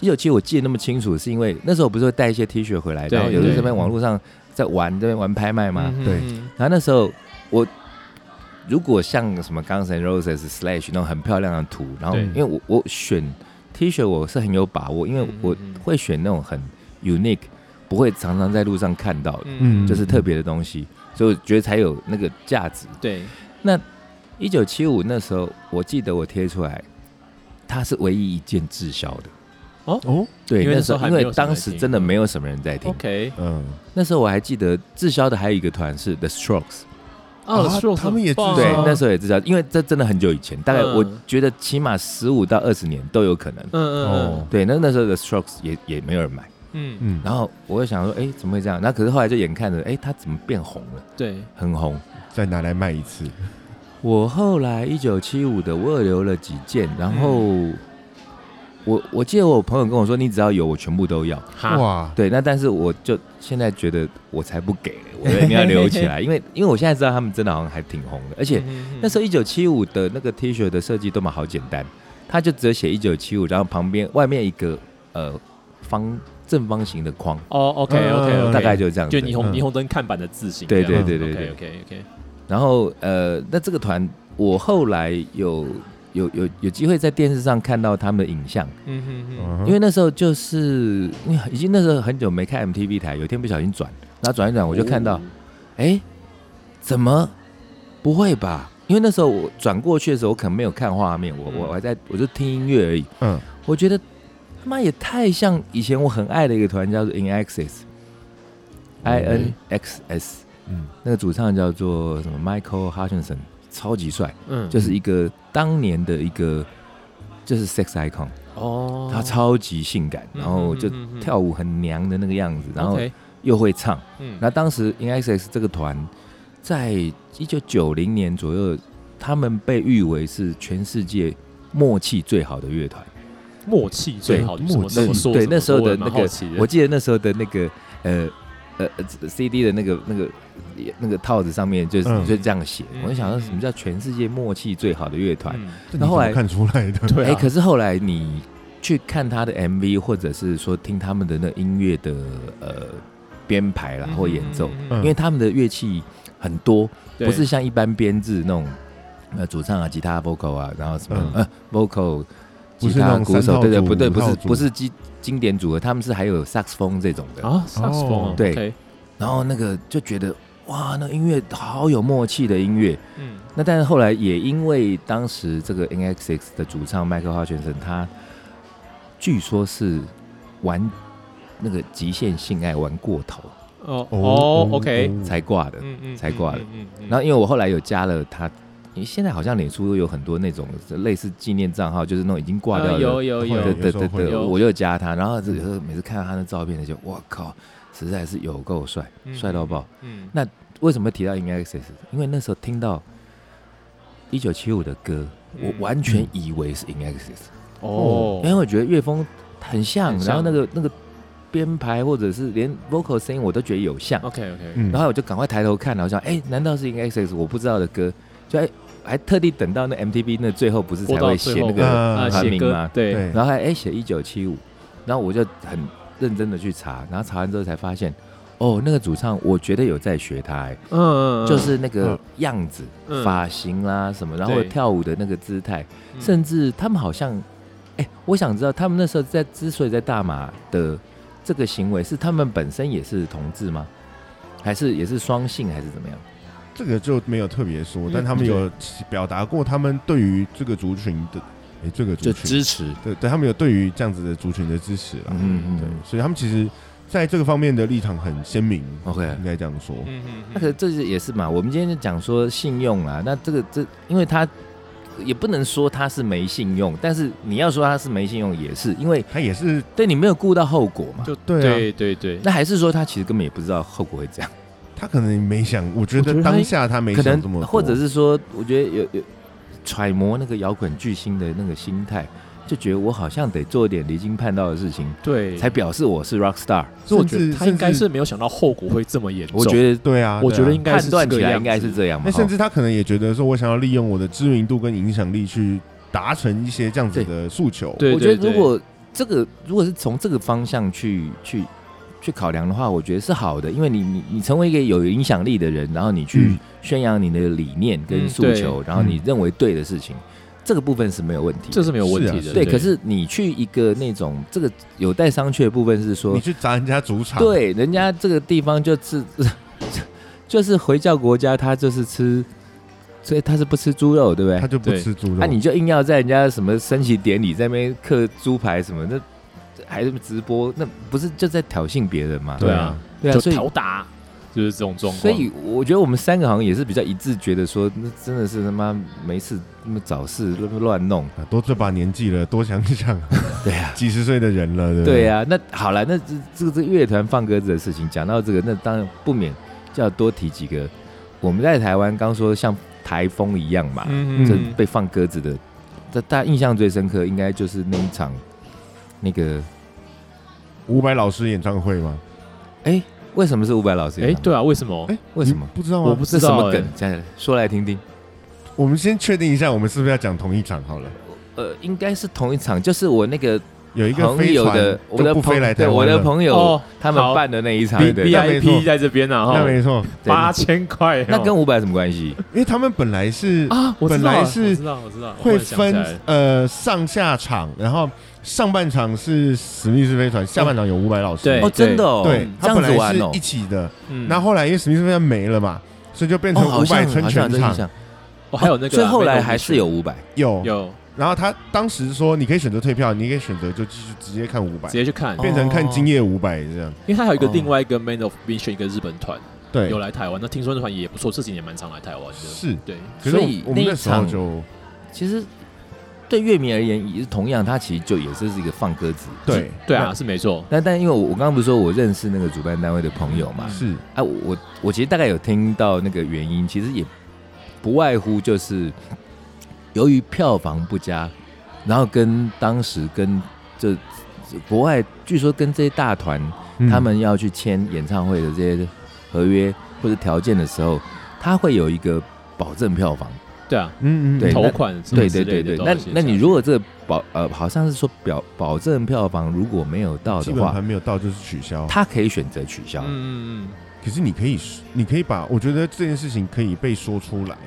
Speaker 3: 一九七我记得那么清楚，是因为那时候不是会带一些 T 恤回来，
Speaker 2: 对
Speaker 3: 然后有时候
Speaker 2: 对
Speaker 3: 这边网络上在玩，这边玩拍卖嘛。
Speaker 2: 嗯
Speaker 1: 对，
Speaker 2: 嗯嗯
Speaker 3: 然后那时候我如果像什么 Guns N' Roses Slash 那种很漂亮的图，然后
Speaker 2: 对
Speaker 3: 因为我我选 T 恤我是很有把握，因为我
Speaker 2: 嗯嗯嗯
Speaker 3: 会选那种很 unique，不会常常在路上看到的，
Speaker 2: 嗯
Speaker 3: 就是特别的东西，所以我觉得才有那个价值。
Speaker 2: 对，
Speaker 3: 一九七五那时候，我记得我贴出来，它是唯一一件滞销的。
Speaker 1: 哦，
Speaker 3: 对，
Speaker 2: 因为
Speaker 3: 那
Speaker 2: 那时候还
Speaker 3: 因
Speaker 2: 没有
Speaker 3: 为
Speaker 2: 什么人
Speaker 3: 当时
Speaker 2: 听
Speaker 3: 真的没有什么人在听。
Speaker 2: OK，
Speaker 1: 嗯，
Speaker 3: 那时候我还记得滞销的还有一个团是 The Strokes，
Speaker 2: 啊
Speaker 1: 啊，
Speaker 2: 硕士
Speaker 1: 他们也
Speaker 2: 很棒
Speaker 1: 自
Speaker 3: 对
Speaker 1: 杀
Speaker 2: 啊，
Speaker 3: 那时候也自杀，因为这真的很久以前，大概
Speaker 2: 嗯
Speaker 3: 我觉得起码十五到二十年都有可能。
Speaker 2: 嗯嗯
Speaker 1: 哦
Speaker 2: 嗯
Speaker 3: 对，那那时候的 Strokes 也也没有人买，
Speaker 2: 嗯，
Speaker 1: 嗯，
Speaker 3: 然后我就想说，哎，怎么会这样？那可是后来就眼看着，哎，他怎么变红了？
Speaker 2: 对，
Speaker 3: 很红。
Speaker 1: 再拿来卖一次，
Speaker 3: 我后来一九七五的，我有留了几件，然后我我记得我朋友跟我说，你只要有，我全部都要。
Speaker 2: 哈，
Speaker 1: 哇，
Speaker 3: 对，那但是我就现在觉得我才不给，我一定要留起 来，因为因为我现在知道他们真的好像还挺红的，而
Speaker 2: 嗯
Speaker 3: 且那时
Speaker 2: 候
Speaker 3: 候一九七五的那个 T 恤的设计都蛮好简单，它就只有写一九七五，然后旁边外面一个呃方正方形的框，
Speaker 2: 哦，OK
Speaker 1: 嗯
Speaker 2: OK，
Speaker 1: OK
Speaker 3: 大概就这样
Speaker 2: 就
Speaker 3: 子。
Speaker 2: 霓虹
Speaker 1: 嗯
Speaker 2: 霓虹灯看板的字形这
Speaker 3: 对
Speaker 2: 样，
Speaker 3: 对对对对。
Speaker 2: ，OK OK OK，
Speaker 3: 然后呃，那这个团我后来有有有有机会在电视上看到他们的影像，
Speaker 2: 嗯哼哼，
Speaker 1: 嗯哼
Speaker 3: 因为那时候就是因为已经那时候很久没看 MTV 台，有一天不小心转，然后转一转我就看到
Speaker 2: 哦，
Speaker 3: 哎、怎么不会吧？因为那时候我转过去的时候，我可能没有看画面，我我
Speaker 2: 嗯
Speaker 3: 我还在我就听音乐而已。
Speaker 1: 嗯，
Speaker 3: 我觉得他妈也太像以前我很爱的一个团，叫做 In Access，I
Speaker 1: 哦
Speaker 2: 哎
Speaker 3: N X S，
Speaker 1: 嗯
Speaker 3: 那个主唱叫做什么 Michael Hutchinson，超级帅，
Speaker 2: 嗯，
Speaker 3: 就是一个当年的一个就是 sex icon，
Speaker 2: 哦，
Speaker 3: 他超级性感，
Speaker 2: 嗯，
Speaker 3: 然后就
Speaker 2: 嗯，
Speaker 3: 跳舞很娘的那个样子，然后
Speaker 2: OK，
Speaker 3: 又会唱。
Speaker 2: 嗯，
Speaker 3: 那当时 In Excess 这个团，在一九九零年左右，他们被誉为是全世界默契最好的乐团。
Speaker 2: 默契最好，
Speaker 1: 对
Speaker 2: 什么
Speaker 1: 默契
Speaker 2: 怎么说？
Speaker 3: 对
Speaker 2: 怎么
Speaker 3: 那时候
Speaker 2: 我
Speaker 3: 的那
Speaker 2: 也蛮好
Speaker 3: 个
Speaker 2: 奇，的
Speaker 3: 我记得那时候的那个呃呃呃 CD 的那个那个那个套子上面就是、
Speaker 1: 嗯
Speaker 3: 就这样写，
Speaker 2: 嗯
Speaker 3: 我就想说什么叫全世界默契最好的乐团？
Speaker 2: 嗯
Speaker 1: 这你
Speaker 3: 那后
Speaker 1: 怎么
Speaker 3: 来
Speaker 1: 看出来的，
Speaker 2: 对
Speaker 3: 哎、
Speaker 2: 啊，
Speaker 3: 可是后来你去看他的 MV，或者是说听他们的那音乐的呃编排啦啊或演奏，
Speaker 2: 嗯
Speaker 1: 嗯
Speaker 3: 因为他们的乐器很多，
Speaker 2: 对
Speaker 3: 不是像一般编制那种，呃，主唱啊、吉他、vocal 啊，然后什么、
Speaker 1: 嗯
Speaker 3: 呃 vocal、
Speaker 1: 不
Speaker 3: 吉
Speaker 1: 是那
Speaker 3: 他、啊
Speaker 1: 种
Speaker 3: 鼓
Speaker 1: 三
Speaker 3: 手，
Speaker 1: 套
Speaker 3: 对对，
Speaker 1: 组
Speaker 3: 不对，
Speaker 1: 五
Speaker 3: 不
Speaker 1: 套
Speaker 3: 是
Speaker 1: 组
Speaker 3: 不是经经典组合，他们是还有萨克斯风这种的。
Speaker 2: 啊，萨克斯风
Speaker 1: 哦
Speaker 2: 啊，
Speaker 3: 对
Speaker 2: OK，
Speaker 3: 然后那个就觉得哇，那音乐好有默契的音乐。
Speaker 2: 嗯
Speaker 3: 那但是后来也因为当时这个 NXX 的主唱麦克华先生，他据说是玩那个极限性爱玩过头
Speaker 2: 哦
Speaker 1: 哦
Speaker 2: 哦，OK，
Speaker 3: 才挂的。
Speaker 2: 嗯嗯，
Speaker 3: 才挂的
Speaker 2: 嗯，嗯嗯嗯
Speaker 3: 然后因为我后来有加了他，因为现在好像脸书有很多那种类似纪念账号，就是那种已经挂掉
Speaker 2: 啊
Speaker 3: 的，
Speaker 2: 有有
Speaker 1: 会
Speaker 2: 有
Speaker 3: 对
Speaker 1: 有
Speaker 3: 对
Speaker 1: 时候
Speaker 3: 对
Speaker 1: 会
Speaker 3: 对，
Speaker 2: 有
Speaker 3: 我就加他。然后这个每次看到他的照片，就我靠，实在是有够帅，帅到爆。，
Speaker 2: 嗯嗯
Speaker 3: 那为什么提到 In Access？因为那时候听到一九七五的歌，我
Speaker 2: 嗯
Speaker 3: 完全哎以为是 In Access，、
Speaker 2: 哦，
Speaker 3: 因为我觉得乐风很像，
Speaker 2: 很像
Speaker 3: 然后那个那个编排或者是连 vocal 声音我都觉得有像。
Speaker 2: OK OK，
Speaker 1: 嗯，
Speaker 3: 然后我就赶快抬头看，然后想，哎、难道是 In Excess 我不知道的歌？就还还特地等到那 MTV 那最后不是才会写那
Speaker 2: 播到最后
Speaker 3: 个，
Speaker 2: 啊，
Speaker 1: 啊
Speaker 3: 很
Speaker 2: 写
Speaker 3: 明
Speaker 2: 歌
Speaker 3: 嘛
Speaker 2: 对，嗯
Speaker 1: 对，
Speaker 3: 然后还哎写一九七五，然后我就很认真的去查，然后查完之后才发现，哦，那个主唱我觉得有在学他、哎、
Speaker 2: 嗯嗯，嗯
Speaker 3: 就是那个
Speaker 1: 嗯
Speaker 3: 样子、
Speaker 2: 嗯
Speaker 3: 发型啦、什么，然后
Speaker 2: 对
Speaker 3: 跳舞的那个姿态，
Speaker 2: 嗯
Speaker 3: 甚至他们好像，哎、我想知道他们那时候在之所以在大马的这个行为，是他们本身也是同志吗？还是也是双性还是怎么样？
Speaker 1: 这个就没有特别说，
Speaker 2: 嗯
Speaker 1: 但他们有表达过他们对于这个族群的，哎，这个族
Speaker 3: 就
Speaker 1: 群，
Speaker 3: 支持，
Speaker 1: 对对，他们有对于这样子的族群的支持啦，
Speaker 3: 嗯嗯
Speaker 1: 对
Speaker 3: 嗯，
Speaker 1: 所以他们其实在这个方面的立场很鲜明，
Speaker 3: ，OK。
Speaker 1: 应该这样说，
Speaker 2: 嗯嗯，
Speaker 3: 那个这也是嘛，我们今天就讲说信用啊，那这个这，因为他也不能说他是没信用，但是你要说他是没信用，也是因为
Speaker 1: 他也是
Speaker 3: 对你没有顾到后果嘛。
Speaker 2: 就
Speaker 1: 对
Speaker 2: 对对对，
Speaker 3: 啊那还是说他其实根本也不知道后果会这样，
Speaker 1: 他可能没想，我觉
Speaker 2: 我觉
Speaker 1: 得
Speaker 2: 得他
Speaker 1: 当下他没
Speaker 3: 可
Speaker 1: 想这么
Speaker 3: 能
Speaker 1: 多，
Speaker 3: 或者是说，我觉得有有揣摩那个摇滚巨星的那个心态，就觉得我好像得做一点离经叛道的事情，
Speaker 2: 对，
Speaker 3: 才表示我是 rock star。
Speaker 2: 所以我觉
Speaker 1: 甚
Speaker 2: 得
Speaker 1: 至
Speaker 2: 他应该
Speaker 1: 甚至
Speaker 2: 是没有想到后果会这么严重，
Speaker 3: 我觉得
Speaker 1: 对啊，
Speaker 2: 我觉得
Speaker 1: 对啊
Speaker 2: 应该
Speaker 3: 判
Speaker 2: 是
Speaker 3: 断
Speaker 2: 这
Speaker 3: 起
Speaker 2: 个
Speaker 3: 来
Speaker 2: 样
Speaker 3: 应该
Speaker 2: 子
Speaker 3: 是这样嘛。
Speaker 1: 那甚
Speaker 3: 哦
Speaker 1: 至他可能也觉得说，我想要利用我的知名度跟影响力去达成一些这样子的诉求。
Speaker 2: 对
Speaker 3: 我觉得如果这个如果是从这个方向去去去考量的话，我觉得是好的，因为你你你成为一个有影响力的人，然后你去
Speaker 1: 嗯
Speaker 3: 宣扬你的理念跟
Speaker 2: 嗯
Speaker 3: 诉求，然后你认为对的事情，这个部分是没有问题的。
Speaker 2: 这是没有问
Speaker 1: 是啊
Speaker 2: 题
Speaker 1: 是
Speaker 2: 的，
Speaker 1: 啊
Speaker 3: 对，可是你去一个那种这个有待商榷的部分是说
Speaker 1: 你，去砸人家主场，，
Speaker 3: 对，人家这个地方就是 就是回教国家，他就是吃，所以他是不吃猪肉，对不对
Speaker 1: 他？就不
Speaker 2: 对
Speaker 1: 吃猪肉。
Speaker 3: 那、你就硬要在人家什么升旗典礼在那边刻猪排什么，那还是直播，那不是就在挑衅别人吗？
Speaker 2: 对啊
Speaker 1: 啊，
Speaker 3: 对啊，
Speaker 2: 就
Speaker 3: 所以
Speaker 2: 讨打，就是这种状况。
Speaker 3: 所以我觉得我们三个好像也是比较一致，觉得说那真的是他妈没事那么找事那么乱弄。
Speaker 1: 啊都这把年纪了，多想想，
Speaker 3: 对呀、
Speaker 1: 几十岁的人了，对不
Speaker 3: 对啊呀、那好了，那这这个这个乐团放鸽子的事情，讲到这个，那当然不免就要多提几个。我们在台湾刚说像台风一样嘛，
Speaker 2: 嗯
Speaker 3: 这
Speaker 2: 嗯，
Speaker 3: 被放鸽子的，这大家印象最深刻应该就是那一场那个
Speaker 1: 伍佰老师演唱会吗？
Speaker 3: 哎，为什么是伍佰老师？
Speaker 2: 哎、，对啊，为什么？
Speaker 1: 哎，
Speaker 3: 哦为嗯什么
Speaker 1: 你不知道吗？
Speaker 2: 我不知
Speaker 3: 是什
Speaker 2: 道、
Speaker 3: 么
Speaker 2: 哎
Speaker 3: 梗？讲来说来听听。
Speaker 1: 我们先确定一下，我们是不是要讲同一场好了？
Speaker 3: 呃，应该是同一场，就是我那个
Speaker 1: 有一个
Speaker 3: 朋
Speaker 1: 飞
Speaker 3: 友
Speaker 1: 船
Speaker 3: 的，我
Speaker 1: 都
Speaker 3: 的
Speaker 1: 不飞
Speaker 3: 朋
Speaker 1: 来
Speaker 3: 对
Speaker 1: 台
Speaker 3: 我
Speaker 1: 湾
Speaker 3: 的
Speaker 1: 了
Speaker 3: 朋友
Speaker 2: 哦
Speaker 3: 他们
Speaker 2: 好
Speaker 3: 办的那一场，
Speaker 1: B-
Speaker 3: 对
Speaker 2: V
Speaker 1: 那
Speaker 2: I
Speaker 1: 没
Speaker 2: P
Speaker 1: 错
Speaker 2: 在这边呢、
Speaker 1: 那
Speaker 2: 哈，
Speaker 1: 没错，
Speaker 3: 对
Speaker 2: 八千块哦，
Speaker 3: 那跟伍佰有什么关系？
Speaker 1: 因为他们本来 是
Speaker 2: 啊，我知
Speaker 1: 本
Speaker 2: 道
Speaker 1: 来
Speaker 2: 了
Speaker 1: 是
Speaker 2: 我知道，我知道，
Speaker 1: 会
Speaker 2: 我想起来
Speaker 1: 分呃上下场，然后上半场是史密斯飞船，下半场有伍佰老师。
Speaker 2: 对
Speaker 3: 哦，真的哦，
Speaker 1: 对，他
Speaker 3: 这样
Speaker 1: 本
Speaker 3: 子
Speaker 1: 来
Speaker 3: 玩
Speaker 1: 是
Speaker 3: 哦
Speaker 1: 一。起的，
Speaker 2: 嗯，
Speaker 1: 那后来因为史密斯飞船没了嘛，所以就变
Speaker 3: 哦，
Speaker 1: 成
Speaker 3: 好
Speaker 1: 伍佰
Speaker 3: 像
Speaker 1: 撑
Speaker 3: 好像
Speaker 1: 全
Speaker 3: 有这印
Speaker 1: 场。
Speaker 3: 象，
Speaker 2: 哦还有那个啊，
Speaker 3: 所以后来
Speaker 2: Michael
Speaker 3: 还是有哦伍佰，
Speaker 1: 有，
Speaker 2: 有
Speaker 1: 然后他当时说你可以选择退票，你也可以选择就继续直接看伍佰
Speaker 2: 直，接去看，
Speaker 3: 哦
Speaker 1: 变成看今夜伍佰这样。
Speaker 2: 因为他还有一个
Speaker 3: 哦
Speaker 2: 另外一个 Man of Vision 一个日本团
Speaker 1: 对
Speaker 2: 有，来台湾，那听说那团也不错，这几年蛮常来台湾的，
Speaker 1: 是。
Speaker 2: 对，
Speaker 1: 可是
Speaker 3: 所
Speaker 1: 我
Speaker 3: 以
Speaker 1: 我
Speaker 3: 那
Speaker 1: 们
Speaker 3: 一
Speaker 1: 那时候
Speaker 3: 场
Speaker 1: 就
Speaker 3: 其实对乐迷而言也是同样，它其实就也是一个放鸽子。
Speaker 1: 对
Speaker 2: 对啊，，是没错，
Speaker 3: 那但因为我我刚刚不是说我认识那个主办单位的朋友嘛
Speaker 1: 那，是
Speaker 3: 啊，我我我其实大概有听到那个原因，其实也不外乎就是由于票房不佳，然后跟当时跟这这国外据说跟这些大团、
Speaker 1: 嗯
Speaker 3: 他们要去签演唱会的这些合约或者条件的时候，他会有一个保证票房。
Speaker 2: 对啊，
Speaker 1: 嗯嗯嗯
Speaker 3: 对
Speaker 2: 头
Speaker 3: 那
Speaker 2: 款什么
Speaker 3: 对
Speaker 2: 之
Speaker 3: 对
Speaker 2: 类
Speaker 3: 对
Speaker 2: 的
Speaker 3: 对，
Speaker 2: 都
Speaker 3: 那
Speaker 2: 有写
Speaker 3: 那你
Speaker 2: 下
Speaker 3: 如果这个保呃好像是说表保证票房如果没有到
Speaker 1: 基
Speaker 3: 的
Speaker 1: 本
Speaker 3: 话
Speaker 1: 盘，没有到就是取消。
Speaker 3: 他可以选择取消。
Speaker 2: 嗯嗯
Speaker 1: 可是你可以，你可以把，我觉得这件事情可以被说出来。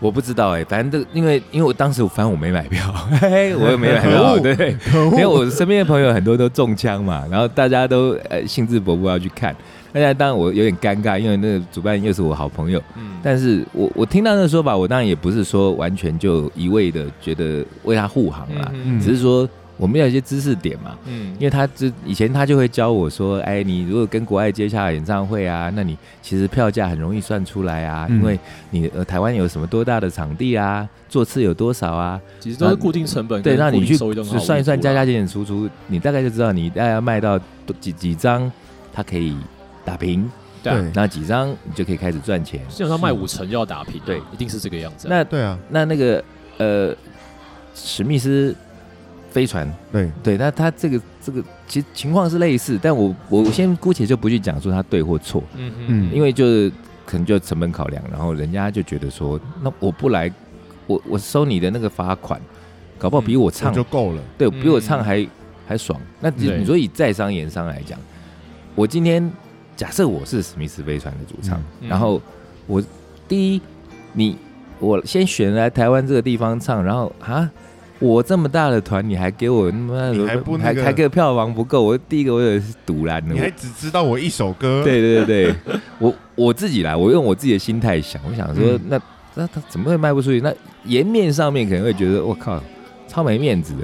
Speaker 3: 我不知道哎、反正这个因为因为我当时反正我没买票， 嘿嘿，我也没买票，
Speaker 1: 可恶
Speaker 3: 对，
Speaker 1: 可
Speaker 3: 因为
Speaker 1: 恶，
Speaker 3: 我身边的朋友很多都中枪嘛，然后大家都呃兴致勃勃要去看，那当然我有点尴尬，因为那个主办又是我好朋友，
Speaker 2: 嗯嗯，
Speaker 3: 但是我我听到那个说法，我当然也不是说完全就一味的觉得为他护航啦，
Speaker 2: 嗯
Speaker 3: 只是说我们要有一些知识点嘛，
Speaker 2: 嗯
Speaker 3: 因为他之以前他就会教我说，哎，你如果跟国外接洽演唱会啊，那你其实票价很容易算出来啊，
Speaker 1: 嗯
Speaker 3: 因为你呃台湾有什么多大的场地啊，座次有多少啊，
Speaker 2: 其实都是固定成本跟
Speaker 3: 对，让
Speaker 2: 固
Speaker 3: 你
Speaker 2: 定
Speaker 3: 去
Speaker 2: 收益都很好
Speaker 3: 算一算，
Speaker 2: 估啦
Speaker 3: 加加减减除除，你大概就知道你大概要卖到多几几张，它可以打平，
Speaker 2: 对啊，
Speaker 1: 对
Speaker 3: 那几张你就可以开始赚钱。
Speaker 2: 基本上卖五成要打平啊，
Speaker 3: 对
Speaker 2: 一定是这个样子啊。
Speaker 3: 那
Speaker 1: 对啊，
Speaker 3: 那那个呃，史密斯飞船
Speaker 1: 对，
Speaker 3: 对，那他这个这个其实情况是类似，但我我我先姑且就不去讲说他对或错，
Speaker 2: 嗯哼
Speaker 1: 嗯
Speaker 3: 因为就是可能就成本考量，然后人家就觉得说，那我不来，我我收你的那个罚款，搞不好比我
Speaker 1: 那
Speaker 3: 唱，
Speaker 1: 就够了。
Speaker 3: 对比我唱
Speaker 2: 嗯
Speaker 3: 还、还爽。那你
Speaker 2: 对
Speaker 3: 你说以在商言商来讲，我今天假设我是史密斯飞船的主唱，
Speaker 2: 嗯
Speaker 3: 然后我第一，你我先选来台湾这个地方唱，然后啊，我这么大的团，你还给我那么
Speaker 1: 你还不那个
Speaker 3: 还还给我票房不够，我第一个我也是堵拦的。
Speaker 1: 你还
Speaker 3: 我
Speaker 1: 只知道我一首歌，，
Speaker 3: 对对对，对 我我自己来，我用我自己的心态想，我想说，
Speaker 1: 嗯
Speaker 3: 那那他怎么会卖不出去？那颜面上面可能会觉得，我靠，超没面子的。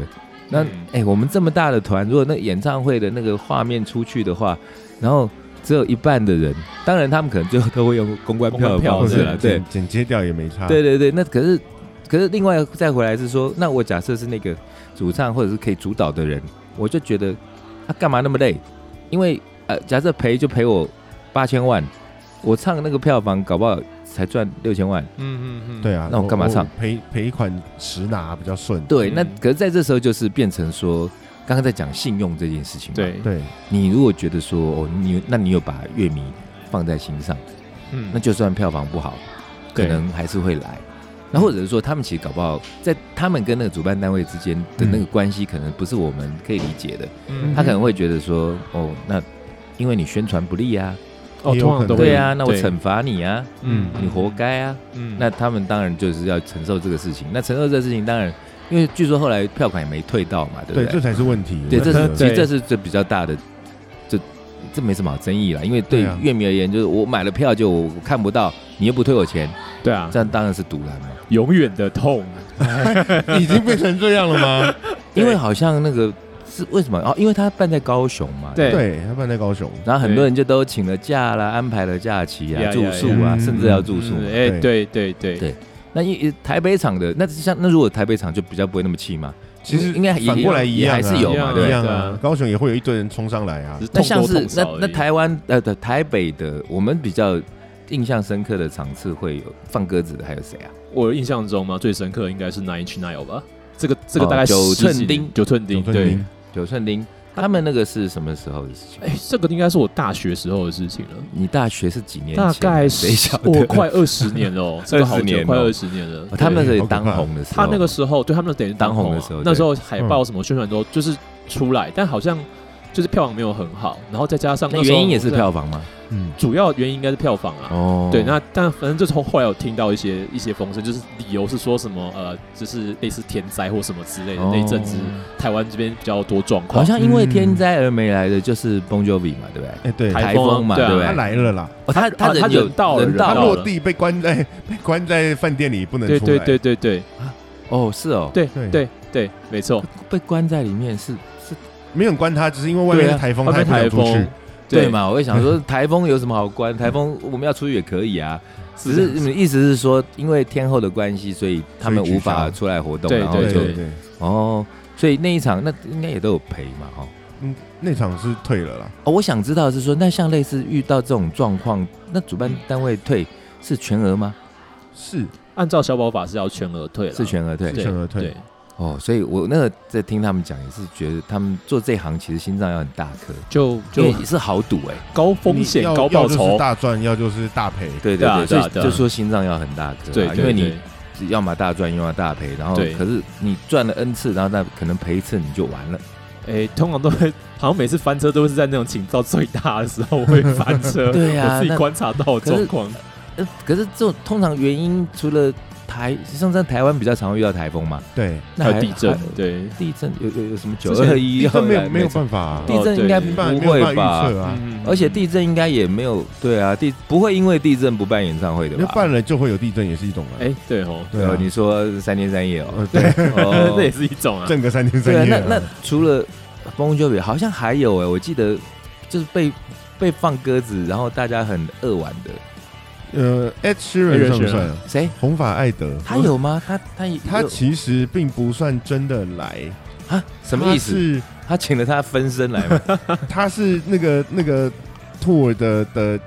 Speaker 3: 那哎
Speaker 2: 嗯、
Speaker 3: 诶我们这么大的团，如果那演唱会的那个画面出去的话，然后只有一半的人，当然他们可能最后都会用公关票的
Speaker 1: 或
Speaker 3: 方
Speaker 2: 公关
Speaker 3: 式
Speaker 2: 票
Speaker 3: 了
Speaker 1: 者，
Speaker 3: 对
Speaker 1: 剪剪接掉也没差。
Speaker 3: 对对对。那可是可是另外再回来是说，那我假设是那个主唱或者是可以主导的人，我就觉得他干嘛那么累？因为呃，假设赔就赔我八千万，我唱那个票房搞不好才赚六千万。
Speaker 2: 嗯嗯嗯，
Speaker 1: 对啊，
Speaker 3: 那我干嘛唱？
Speaker 1: 赔赔款实拿比较顺。
Speaker 3: 对，
Speaker 2: 嗯
Speaker 3: 那可是在这时候就是变成说，刚刚在讲信用这件事情嘛。
Speaker 2: 对，
Speaker 1: 对，
Speaker 3: 你如果觉得说哦，你那你有把乐迷放在心上，
Speaker 2: 嗯
Speaker 3: 那就算票房不好，可
Speaker 2: 对嗯
Speaker 3: 能还是会来。那或者是说，他们其实搞不好在他们跟那个主办单位之间的那个关系，可能不是我们可以理解的。
Speaker 2: 嗯
Speaker 3: 他可能会觉得说，哦，那因为你宣传不利啊，
Speaker 2: 哦，
Speaker 1: 也有
Speaker 2: 通常
Speaker 1: 可
Speaker 2: 都
Speaker 1: 能
Speaker 2: 会
Speaker 3: 对啊，那我
Speaker 2: 对
Speaker 3: 惩罚你啊，
Speaker 1: 嗯
Speaker 3: 你活，该啊。
Speaker 2: 嗯
Speaker 3: 那他们当然就是要承受这个事情。那承受这个事情，当然，因为据说后来票款也没退到嘛，对不
Speaker 1: 对，
Speaker 3: 对？
Speaker 1: 这才是问题。
Speaker 3: 对，
Speaker 1: 我
Speaker 3: 这
Speaker 1: 觉
Speaker 3: 是
Speaker 1: 得
Speaker 3: 其实
Speaker 2: 对
Speaker 3: 这是最比较大的，这这没什么好争议啦，因为对
Speaker 1: 对啊
Speaker 3: 乐迷而言，就是我买了票就我看不到，你又不退我钱，
Speaker 2: 对啊
Speaker 3: 这，样当然是堵拦嘛。
Speaker 2: 永远的痛，
Speaker 1: 已经变成这样了吗？
Speaker 3: 因为好像那个是为什么？哦，因为他办在高雄嘛，
Speaker 2: 对嗯
Speaker 1: 对他办在高雄，
Speaker 3: 然后很多人就都请了假啦，安排了假期啊、
Speaker 2: 呀
Speaker 3: 住
Speaker 2: 呀
Speaker 3: 宿
Speaker 1: 呀
Speaker 3: 啊，
Speaker 1: 嗯
Speaker 3: 甚至要住宿嘛。
Speaker 2: 嗯哎、
Speaker 1: 对
Speaker 2: 对对对
Speaker 3: 对那因台北场的，那像那如果台北场就比较不会那么气嘛。
Speaker 1: 其实
Speaker 3: 应该也
Speaker 1: 反过来一样啊
Speaker 3: 也还是有嘛，
Speaker 2: 啊
Speaker 1: 一
Speaker 3: 对。
Speaker 1: 样
Speaker 2: 对
Speaker 1: 啊
Speaker 2: 啊，
Speaker 1: 高雄也会有一堆人冲上来啊
Speaker 2: 只。是
Speaker 3: 那
Speaker 2: 痛
Speaker 3: 像
Speaker 2: 多
Speaker 3: 是
Speaker 2: 痛少
Speaker 3: 那
Speaker 2: 而已
Speaker 3: 那台湾呃的台北的，我们比较印象深刻的场次会有放鸽子的，还有谁啊？
Speaker 2: 我印象中嘛，最深刻应该是 Nine Inch Nail 吧。这个这个
Speaker 3: 哦
Speaker 2: 大概
Speaker 3: 九
Speaker 2: 十几
Speaker 3: 寸钉
Speaker 2: 九寸钉，
Speaker 1: 九寸
Speaker 2: 对
Speaker 1: 钉，
Speaker 3: 九寸钉，他们那个是什么时候的事情？
Speaker 2: 哎、这个应该是我大学时候的事情了，
Speaker 3: 你大学是几年前？
Speaker 2: 大概
Speaker 3: 谁晓
Speaker 2: 是
Speaker 3: 得
Speaker 2: 我快二十年了 哦，这个好
Speaker 3: 20年
Speaker 2: 久，
Speaker 3: 哦
Speaker 2: 快二十年了
Speaker 3: 哦。他们
Speaker 2: 对
Speaker 3: 是
Speaker 1: 好可怕
Speaker 3: 当红的时候，
Speaker 2: 他那个时候，对他们等于
Speaker 3: 当红
Speaker 2: 啊
Speaker 3: 的时候
Speaker 2: 那
Speaker 3: 对
Speaker 2: 时候海报什么宣传都就是出来，但好像就是票房没有很好，然后再加上
Speaker 3: 那
Speaker 2: 时候
Speaker 3: 原因也是
Speaker 2: 我在
Speaker 3: 票房吗？
Speaker 1: 嗯，
Speaker 2: 主要原因应该是票房啊。
Speaker 3: 哦，
Speaker 2: 对，那但反正就从后来有听到一些一些风声，就是理由是说什么呃，就是类似天灾或什么之类的。
Speaker 3: 哦
Speaker 2: 那一阵子台湾这边比较多状况，
Speaker 3: 好像因为
Speaker 1: 嗯
Speaker 3: 天灾而没来的就是 Bon Jovi 嘛，对不对？
Speaker 1: 哎，对，
Speaker 3: 台
Speaker 2: 台
Speaker 3: 风嘛，
Speaker 2: 对啊
Speaker 3: 不
Speaker 1: 他
Speaker 3: 对？
Speaker 1: 来了啦，
Speaker 3: 哦，他
Speaker 2: 他
Speaker 3: 人
Speaker 2: 他
Speaker 3: 有
Speaker 2: 人到了
Speaker 3: 人
Speaker 1: 他
Speaker 2: 到
Speaker 3: 到
Speaker 1: 落
Speaker 2: 了
Speaker 1: 地被关在被关在饭店里不能
Speaker 2: 对
Speaker 1: 出来。
Speaker 2: 对对对对
Speaker 3: 哦，是哦，
Speaker 2: 对
Speaker 1: 对
Speaker 2: 对对，没错，
Speaker 3: 被关在里面是是，
Speaker 1: 没有人关他，只是因为外面
Speaker 3: 对啊
Speaker 1: 是台风，
Speaker 2: 外
Speaker 1: 他也
Speaker 2: 面
Speaker 1: 不能
Speaker 2: 台
Speaker 1: 出去
Speaker 2: 风。，
Speaker 3: 对？嘛？我也想说，台风有什么好关？台风我们要出去也可以啊，只是你意思是说，因为天后的关系，所以他们
Speaker 1: 所以取
Speaker 3: 无
Speaker 1: 消
Speaker 3: 法出来活动，
Speaker 2: 对
Speaker 3: 然后
Speaker 1: 对
Speaker 3: 就
Speaker 1: 对对，
Speaker 3: 哦，所以那一场那应该也都有赔嘛，哦。
Speaker 1: 嗯，那场是退了啦。
Speaker 3: 哦，我想知道的是说，那像类似遇到这种状况，那主办单位退是全额吗？
Speaker 1: 是
Speaker 2: 按照消保法是要全额退了，
Speaker 3: 是全额退
Speaker 1: 是全额退
Speaker 2: 对，
Speaker 3: 哦，所以我那个在听他们讲，也是觉得他们做这一行其实心脏要很大颗，
Speaker 2: 就
Speaker 3: 就
Speaker 2: 就
Speaker 3: 也是豪赌哎、
Speaker 2: 高风险
Speaker 1: 你要
Speaker 2: 高
Speaker 1: 要
Speaker 2: 报
Speaker 1: 就是
Speaker 2: 酬，
Speaker 1: 大赚，要就是大赔。
Speaker 3: 对
Speaker 2: 对啊
Speaker 3: 所
Speaker 2: 对啊
Speaker 3: 以
Speaker 2: 对啊
Speaker 3: 就说心脏要很大颗啊、
Speaker 2: 对，对
Speaker 3: 因为
Speaker 2: 对
Speaker 3: 你要么大赚，要么大赔，然后
Speaker 2: 对
Speaker 3: 可是你赚了 N 次，然后那可能赔一次你就 完了，
Speaker 2: 哎，通常都会，好像每次翻车都是在那种请到最大的时候会翻车。
Speaker 3: 对啊
Speaker 2: 我自
Speaker 3: 那
Speaker 2: 己观察到的状况。
Speaker 3: 呃，可是这种通常原因除了台，像在台湾比较常遇到台风嘛，
Speaker 1: 对，
Speaker 3: 那
Speaker 2: 还有地震
Speaker 3: 还，
Speaker 2: 对，
Speaker 3: 地震有有有什么九
Speaker 2: 之前
Speaker 3: 二一，
Speaker 1: 地震没
Speaker 3: 后来
Speaker 1: 有没有
Speaker 3: 错
Speaker 1: 办法啊，
Speaker 3: 地震应该
Speaker 2: 哦对
Speaker 1: 办
Speaker 3: 不
Speaker 1: 没有
Speaker 3: 会
Speaker 1: 办法预
Speaker 3: 吧？
Speaker 1: 测啊。
Speaker 2: 嗯
Speaker 3: 而且地震应该也没有对啊，地不会因为地震不办演唱会的
Speaker 1: 那
Speaker 3: 吧？
Speaker 1: 办了就会有地震，也是一种啊。
Speaker 2: 哎，对哦，
Speaker 1: 对
Speaker 3: 呃
Speaker 1: 啊，
Speaker 3: 你说三天三夜哦，
Speaker 1: 呃对，
Speaker 3: 哦
Speaker 2: 那也是一种啊。
Speaker 1: 震个三天三
Speaker 3: 对啊，
Speaker 1: 夜
Speaker 3: 那
Speaker 1: 啊。
Speaker 3: 那除了 Bon Jovi，好像还有哎、我记得就是被被放鸽子，然后大家很扼腕的，
Speaker 1: 呃，Ed Sheeran
Speaker 2: Ed
Speaker 1: 算不
Speaker 2: Sheeran
Speaker 1: 算啊？
Speaker 3: 谁？
Speaker 1: 红发艾德，
Speaker 3: 他有吗？他他
Speaker 1: 他
Speaker 3: 有
Speaker 1: 其实并不算真的来，
Speaker 3: 啊？什么意思？他请了他分身来吗？
Speaker 1: 他是他是那个那个 tour 的的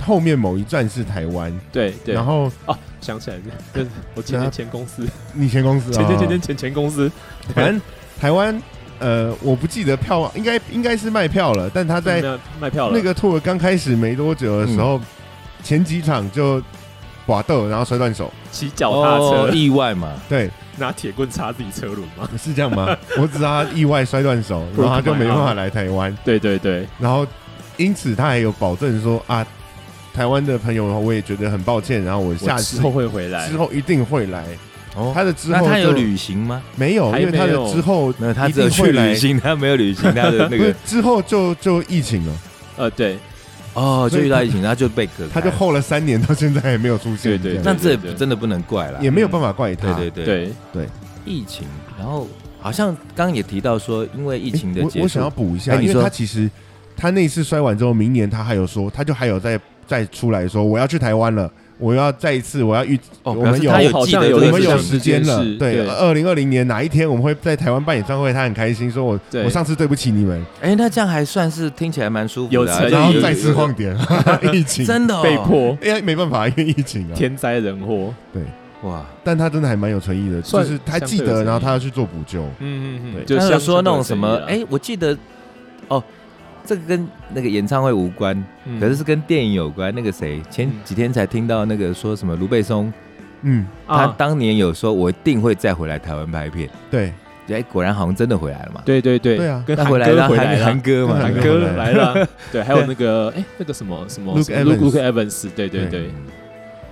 Speaker 1: 后面某一站是台湾，
Speaker 2: 对对
Speaker 1: 然。后
Speaker 2: 哦，想起来了，就是我前
Speaker 1: 然后
Speaker 2: 前前公司，
Speaker 1: 你前公司
Speaker 2: 前
Speaker 1: 啊，
Speaker 2: 前前前前前公司，
Speaker 1: 反正台湾呃，我不记得票，应该应该是卖票了，但他在
Speaker 2: 那卖票了。嗯
Speaker 1: 那个 tour 刚开始没多久的时候，前几场就寡斗，然后摔断手，
Speaker 2: 骑脚踏
Speaker 3: 哦
Speaker 2: 车，
Speaker 3: 意外嘛？
Speaker 1: 对，
Speaker 2: 拿铁棍插自己车轮嘛。
Speaker 1: 是这样吗？ 我只知道他意外摔断 手，然后他就没办法来台湾，
Speaker 2: 对对对，
Speaker 1: 然后因此他还有保证说啊，台湾的朋友我也觉得很抱歉，然后我
Speaker 2: 我
Speaker 1: 下次
Speaker 2: 之后会回来
Speaker 1: 之。后一定会来。
Speaker 3: 哦，
Speaker 1: 他的之
Speaker 3: 那
Speaker 1: 后
Speaker 3: 他有
Speaker 1: 就
Speaker 3: 旅行吗？
Speaker 1: 没有，因为他
Speaker 2: 还
Speaker 1: 的
Speaker 2: 没有
Speaker 1: 之后
Speaker 3: 没有，他
Speaker 1: 一
Speaker 3: 只有
Speaker 1: 定
Speaker 3: 去
Speaker 1: 会来
Speaker 3: 旅，行，他没有旅行，他的 那
Speaker 1: 不是
Speaker 3: 个
Speaker 1: 之后就就疫情了，
Speaker 2: 呃，对，
Speaker 3: 哦，就
Speaker 1: 所以
Speaker 3: 遇到疫情，他就被隔开
Speaker 1: 他就后了三年，到现在还没有出现。
Speaker 2: 对对
Speaker 1: 这样
Speaker 3: 那这
Speaker 2: 对对对
Speaker 3: 真的不能怪了，
Speaker 1: 也没有办法怪他。
Speaker 3: 嗯对对对，
Speaker 2: 对，
Speaker 3: 疫情，然后好像刚刚也提到说，因为疫
Speaker 1: 疫
Speaker 3: 情的结束，
Speaker 1: 我我想要补一下，
Speaker 3: 哎你
Speaker 1: 因为
Speaker 3: 说
Speaker 1: 他其实他那一次摔完之后，明年他还有说，他就还有再再出来说我要去台湾了，我要再一次，我要预
Speaker 3: 哦，
Speaker 1: 我们
Speaker 3: 表示
Speaker 1: 有
Speaker 3: 他
Speaker 2: 好
Speaker 3: 记得
Speaker 2: 像有
Speaker 1: 我
Speaker 2: 对
Speaker 3: 这个
Speaker 1: 们
Speaker 3: 事
Speaker 1: 有
Speaker 3: 情
Speaker 1: 时间了
Speaker 2: 这件事。
Speaker 1: 对，
Speaker 2: 对
Speaker 1: 二零二零年哪一天我们会在台湾办演唱会，他很开心，说我
Speaker 2: 对
Speaker 1: 我上次对不起你们，
Speaker 3: 哎、那这样还算是听起来蛮舒服
Speaker 2: 有
Speaker 3: 的、啊，
Speaker 2: 诚意
Speaker 1: 然
Speaker 3: 就
Speaker 1: 后
Speaker 3: 是
Speaker 1: 再次晃点， 哈哈疫情，
Speaker 3: 真的、哦、
Speaker 2: 被迫
Speaker 1: 因为没办法，因为疫情啊。
Speaker 2: 天灾人祸。
Speaker 3: 哇！
Speaker 1: 但他真的还蛮有诚意的，就
Speaker 2: 算
Speaker 1: 是他记
Speaker 2: 相对有诚
Speaker 1: 得，
Speaker 2: 意
Speaker 1: 然后他要去做补救。
Speaker 2: 嗯嗯
Speaker 1: 对
Speaker 2: 嗯，就
Speaker 3: 他有
Speaker 2: 像
Speaker 3: 说那种什么，哎、
Speaker 2: 哎，
Speaker 3: 我记得哦，这个跟那个演唱会无关，
Speaker 2: 嗯
Speaker 3: 可是是跟电影有关。那个谁，前
Speaker 2: 嗯
Speaker 3: 几天才听到那个说什么卢贝松，
Speaker 1: 嗯，
Speaker 3: 他
Speaker 2: 啊，
Speaker 3: 当年有说我一定会再回来台湾拍片，
Speaker 1: 对，
Speaker 3: 哎、果然好像真的回来了嘛。
Speaker 2: 对对对
Speaker 1: 对啊
Speaker 2: 跟
Speaker 3: 那
Speaker 2: 韩
Speaker 3: 回来
Speaker 2: 哥
Speaker 3: 了，
Speaker 2: 回来
Speaker 3: 韩
Speaker 2: 了
Speaker 3: 韩。哥嘛，
Speaker 1: 韩
Speaker 2: 韩
Speaker 1: 哥
Speaker 2: 哥
Speaker 1: 回来
Speaker 2: 来了，对，还有那个哎，那个什么什么
Speaker 1: Luke
Speaker 2: 什么
Speaker 1: Evans
Speaker 2: Luke Evans，对对
Speaker 1: 对
Speaker 2: 对，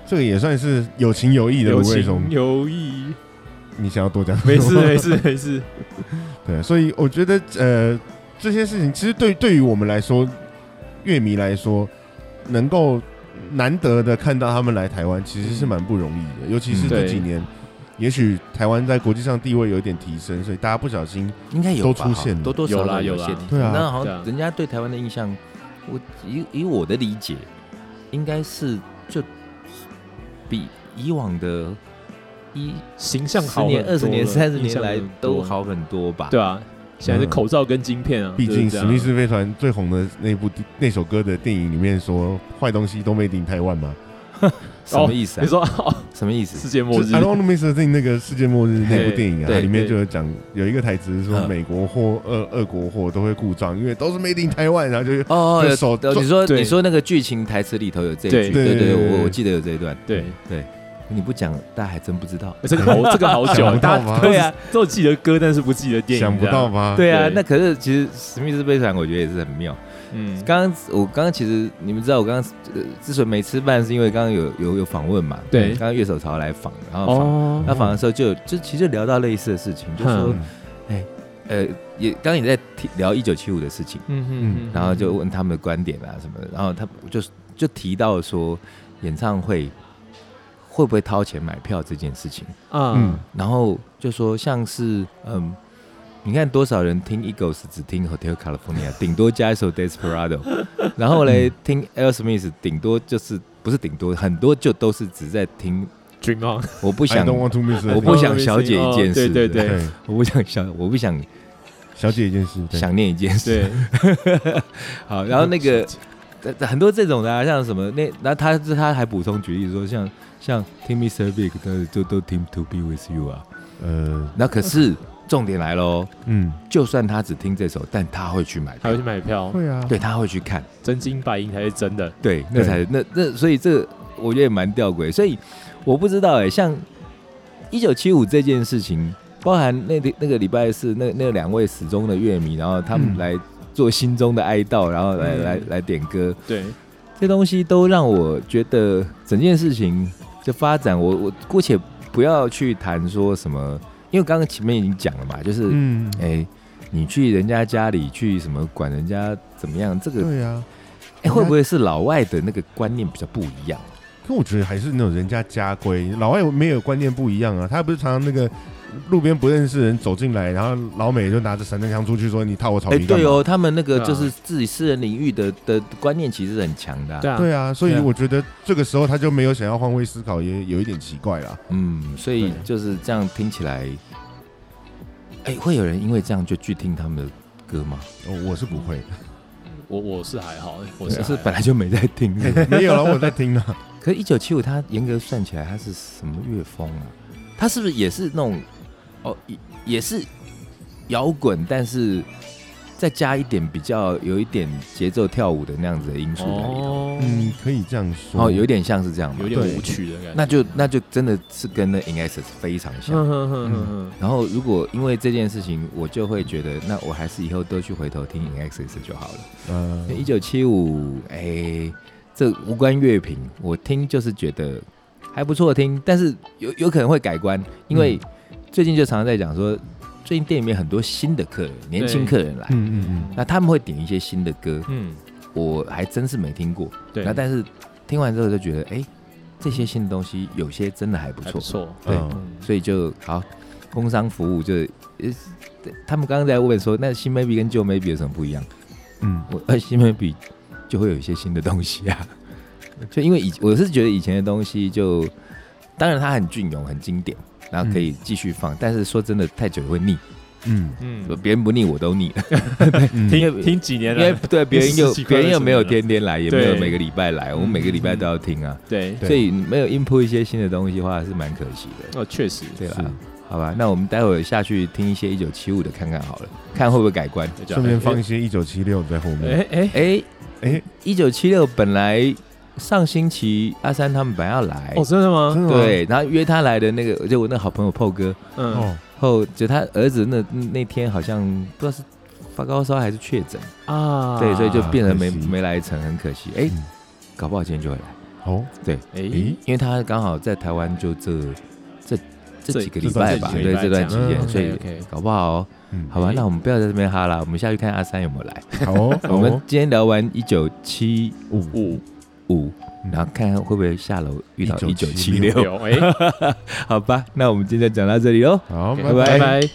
Speaker 1: 这个也算是有情有义的
Speaker 2: 有
Speaker 1: 卢卫松
Speaker 2: 情。有义，
Speaker 1: 你想要多讲？
Speaker 2: 没事没事没事，
Speaker 1: 对，所以我觉得呃，这些事情其实对对于我们来说，乐迷来说，能够难得的看到他们来台湾，其实是蛮不容易的，尤其是
Speaker 3: 嗯
Speaker 1: 这
Speaker 2: 对
Speaker 1: 几年。也许台湾在国际上地位有一点提升，所以大家不小心
Speaker 3: 应该有
Speaker 1: 都
Speaker 3: 吧
Speaker 1: 出
Speaker 3: 哈
Speaker 1: 现了
Speaker 3: 多多少
Speaker 2: 有
Speaker 3: 少
Speaker 2: 啦有
Speaker 3: 一
Speaker 2: 啦
Speaker 3: 些提
Speaker 1: 对啊
Speaker 3: 那好
Speaker 2: 对啊
Speaker 3: 像人家对台湾的印象，我以以我的理解，应该是就比以往的一
Speaker 2: 形象
Speaker 3: 十
Speaker 2: 好很
Speaker 3: 年、
Speaker 2: 多了
Speaker 3: 二十年、三十
Speaker 2: 印
Speaker 3: 年
Speaker 2: 象
Speaker 3: 来
Speaker 2: 很多
Speaker 3: 都好很多吧？
Speaker 2: 对啊，现在是
Speaker 1: 嗯
Speaker 2: 口罩跟晶片啊，
Speaker 1: 毕竟
Speaker 2: 就是这
Speaker 1: 史
Speaker 2: 样
Speaker 1: 密斯飞船最红的那部那首歌的电影里面说，坏东西都没顶台湾嘛。
Speaker 3: 什么意思啊？
Speaker 2: 你说哦，
Speaker 3: 什么意思？
Speaker 2: 世界末
Speaker 1: 就
Speaker 2: 日
Speaker 1: 是 I，don't miss a thing 那个世界末日那部
Speaker 2: 嘿
Speaker 1: 电影啊，
Speaker 3: 对
Speaker 1: 它里面
Speaker 2: 对
Speaker 1: 就有讲有一个台词是说，
Speaker 3: 嗯
Speaker 1: 美国货、俄俄国货都会故障，因为都是 made in 台湾，然后就
Speaker 3: 哦，
Speaker 1: 就
Speaker 3: 有
Speaker 1: 手
Speaker 3: 哦
Speaker 1: 就
Speaker 3: 你说
Speaker 2: 对
Speaker 3: 你说那个剧情台词里头有这一
Speaker 2: 对
Speaker 3: 句，对
Speaker 1: 对
Speaker 3: 对，
Speaker 1: 对
Speaker 3: 我
Speaker 1: 对
Speaker 3: 我记得有这一段。
Speaker 2: 对，
Speaker 3: 你不讲，大家还真不知道。
Speaker 2: 这 个好这个好久
Speaker 1: 想
Speaker 2: 啊，
Speaker 1: 不到
Speaker 2: 大
Speaker 1: 吧
Speaker 2: 家都
Speaker 3: 对啊
Speaker 2: 只都记得歌，但是不记得电影，
Speaker 1: 想不
Speaker 2: 这样
Speaker 1: 到，吧？
Speaker 3: 啊对啊，
Speaker 2: 对
Speaker 3: 那可是其实史密斯飞船，我觉得也是很妙。
Speaker 2: 嗯，
Speaker 3: 刚刚我刚刚其实你们知道，我刚刚呃之所以没吃饭，是因为刚刚有有有访问嘛，
Speaker 2: 对
Speaker 3: 刚刚月手潮来访，然后访、
Speaker 2: 哦
Speaker 3: 他访的时候就就其实就聊到类似的事情，就说、
Speaker 1: 嗯，
Speaker 3: 呃也刚刚也在提聊一九七五的事情，
Speaker 2: 嗯嗯，
Speaker 3: 然后就问他们的观点啊什么的，然后他就就提到说演唱会会不会掏钱买票这件事情，
Speaker 1: 嗯
Speaker 2: 啊，
Speaker 3: 然后就说像是嗯。你看多少人听 Eagles 只听 Hotel California，顶多加一首 Desperado，然后嘞听 e l Smith 顶多就是不是顶多很多就都是只在听
Speaker 2: ，Dream On，
Speaker 3: 我不
Speaker 1: I
Speaker 3: 想
Speaker 1: don't want to miss，a
Speaker 3: 我
Speaker 1: thing
Speaker 3: 不想小姐一件事
Speaker 2: 哦对对对
Speaker 1: 对，
Speaker 3: 我不想想我不想
Speaker 1: 小姐一件事，对
Speaker 3: 想念一件事。
Speaker 2: 对，
Speaker 3: 好，然后那个呃很多这种的、啊，像什么那那他他还补充举例说像像听 Mr Big 都都都听 To Be With You 啊，
Speaker 1: 呃，
Speaker 3: 那可是重点来喽，
Speaker 1: 嗯，
Speaker 3: 就算他只听这首，但他会去买
Speaker 2: 还要
Speaker 3: 票
Speaker 2: 去，买票，
Speaker 1: 会啊，
Speaker 3: 哦对，他会去看。
Speaker 2: 真金白银才是真的，
Speaker 3: 对，那才那那，所以这我觉得也蛮吊诡，所以我不知道哎、像一九七五这件事情，包含那那个礼拜四那那两位死忠的乐迷，然后他们
Speaker 1: 嗯
Speaker 3: 来做心中的哀悼，然后来、
Speaker 2: 嗯
Speaker 3: 来来点歌，
Speaker 2: 对，
Speaker 3: 这东西都让我觉得整件事情的发展，我我姑且不要去谈说什么，因为刚刚前面已经讲了嘛，就是哎、
Speaker 1: 嗯，
Speaker 3: 你去人家家里去什么管人家怎么样，这个
Speaker 1: 对啊。
Speaker 3: 哎、会不会是老外的那个观念比较不一样？
Speaker 1: 可我觉得还是那种人家家规，老外没有观念不一样啊。他不是常常那个路边不认识人走进来，然后老美就拿着散弹枪出去说：“你踏我草
Speaker 3: 哎、
Speaker 1: 皮干
Speaker 3: 对
Speaker 1: 嘛
Speaker 3: 哦，他们那个
Speaker 2: 对啊
Speaker 3: 就是自己私人领域的的观念其实很强的啊、
Speaker 2: 对啊，
Speaker 1: 对啊，所以
Speaker 3: 对啊
Speaker 1: 我觉得这个时候他就没有想要换位思考，也有一点奇怪啦。
Speaker 3: 嗯，所以
Speaker 1: 对
Speaker 3: 就是这样听起来，哎、会有人因为这样就去听他们的歌吗？
Speaker 1: 哦，我是不 会，
Speaker 2: 我我是还好，我
Speaker 3: 是
Speaker 2: 是
Speaker 3: 啊
Speaker 2: 啊
Speaker 3: 是
Speaker 2: 还好
Speaker 3: 本来就没在听。是不是
Speaker 1: 没有了，我在听呢。
Speaker 3: 可一九七五，它严格算起来，它是什么乐风啊？它是不是也是那种哦，也也是摇滚，但是再加一点比较有一点节奏跳舞的那样子的因素在里头？
Speaker 2: 哦，
Speaker 1: 嗯，可以这样说。
Speaker 3: 哦，有点像是这样嘛，
Speaker 2: 有点
Speaker 1: 对
Speaker 2: 舞曲的感觉，
Speaker 3: 那就那就真的是跟那 In Excess 非常像。
Speaker 2: 嗯哼哼哼哼，
Speaker 3: 然后如果因为这件事情，我就会觉得，那我还是以后都去回头听 In Excess 就好了。
Speaker 1: 呃，
Speaker 3: 一九七五，哎，这无关乐评，我听就是觉得还不错听，但是有有可能会改观，因为
Speaker 2: 嗯
Speaker 3: 最近就常常在讲说，最近店里面很多新的客人，年轻客人来，
Speaker 1: 嗯嗯嗯，
Speaker 3: 那他们会点一些新的歌，
Speaker 2: 嗯，
Speaker 3: 我还真是没听过。
Speaker 2: 对，
Speaker 3: 那但是听完之后就觉得，哎，这些新的东西有些真的还不
Speaker 2: 还
Speaker 3: 错
Speaker 2: 不。错，
Speaker 3: 对
Speaker 1: 嗯
Speaker 2: 嗯
Speaker 3: 所以就好，工商服务就是，呃，他们刚刚在问说，那新 maybe 跟旧 maybe 有什么不一样？
Speaker 1: 嗯，
Speaker 3: 我呃，新 maybe 就会有一些新的东西啊，就因为以我是觉得以前的东西就，当然它很隽永、很经典，然后可以继续放，但是说真的太久也会腻，
Speaker 1: 嗯
Speaker 2: 嗯，
Speaker 3: 别人不腻我都腻了，哎
Speaker 1: 嗯，
Speaker 2: 听听几年
Speaker 3: 因为
Speaker 2: 了，
Speaker 3: 对别人又
Speaker 2: 十几块
Speaker 3: 别人又
Speaker 2: 二十
Speaker 3: 没有
Speaker 2: 年了
Speaker 3: 天天来，也没有
Speaker 2: 对
Speaker 3: 每个礼拜来，我们每个礼拜都要听啊，
Speaker 2: 对，
Speaker 1: 对
Speaker 3: 所以没有 input 一些新的东西的话是蛮可惜的。
Speaker 2: 哦，确实，
Speaker 3: 对啦
Speaker 1: 是，
Speaker 3: 好吧，那我们待会儿下去听一些一九七五的看看好了，看会不会改观。
Speaker 2: 就这样
Speaker 1: 顺便放一些一九七六在后面。
Speaker 2: 哎哎，
Speaker 3: 哎、
Speaker 1: 哎，
Speaker 3: 一九七六本来上星期阿三他们本来要来，
Speaker 2: 哦，真的吗？
Speaker 1: 哎真的吗？
Speaker 3: 对，然后约他来的那个，就我那好朋友炮哥，
Speaker 2: 嗯
Speaker 1: 哦，
Speaker 3: 后就他儿子那那天好像不知道是发高烧还是确诊，
Speaker 2: 啊，
Speaker 3: 对，所以就变成没
Speaker 1: 可惜
Speaker 3: 没来成，很可惜。哎、
Speaker 1: 嗯
Speaker 3: 搞不好今天就会来，
Speaker 1: 哦，
Speaker 2: 哎
Speaker 1: 诶，
Speaker 3: 因为他刚好在台湾就这这这
Speaker 2: 这
Speaker 3: 几个
Speaker 1: 这
Speaker 3: 礼拜
Speaker 1: 段
Speaker 3: 吧，
Speaker 1: 期间
Speaker 3: 对，这段
Speaker 2: 嗯
Speaker 3: 期间，
Speaker 1: OK，
Speaker 3: 所以
Speaker 2: OK
Speaker 3: 搞不好、哦
Speaker 1: 嗯，
Speaker 3: 好吧，
Speaker 2: 诶
Speaker 3: 那我们不要在这边哈 啦，我们下去看阿三有没有来。
Speaker 1: 好哦，好
Speaker 3: 我们
Speaker 1: 哦，
Speaker 3: 今天聊完一九七
Speaker 1: 五
Speaker 2: 五
Speaker 3: 五，然后看看会不会下楼遇到一九七
Speaker 1: 1976
Speaker 3: 六。
Speaker 2: 有哎，
Speaker 3: 好吧，那我们今天讲到这里喽。哦
Speaker 1: 好，
Speaker 2: OK，
Speaker 1: 拜
Speaker 2: 拜拜。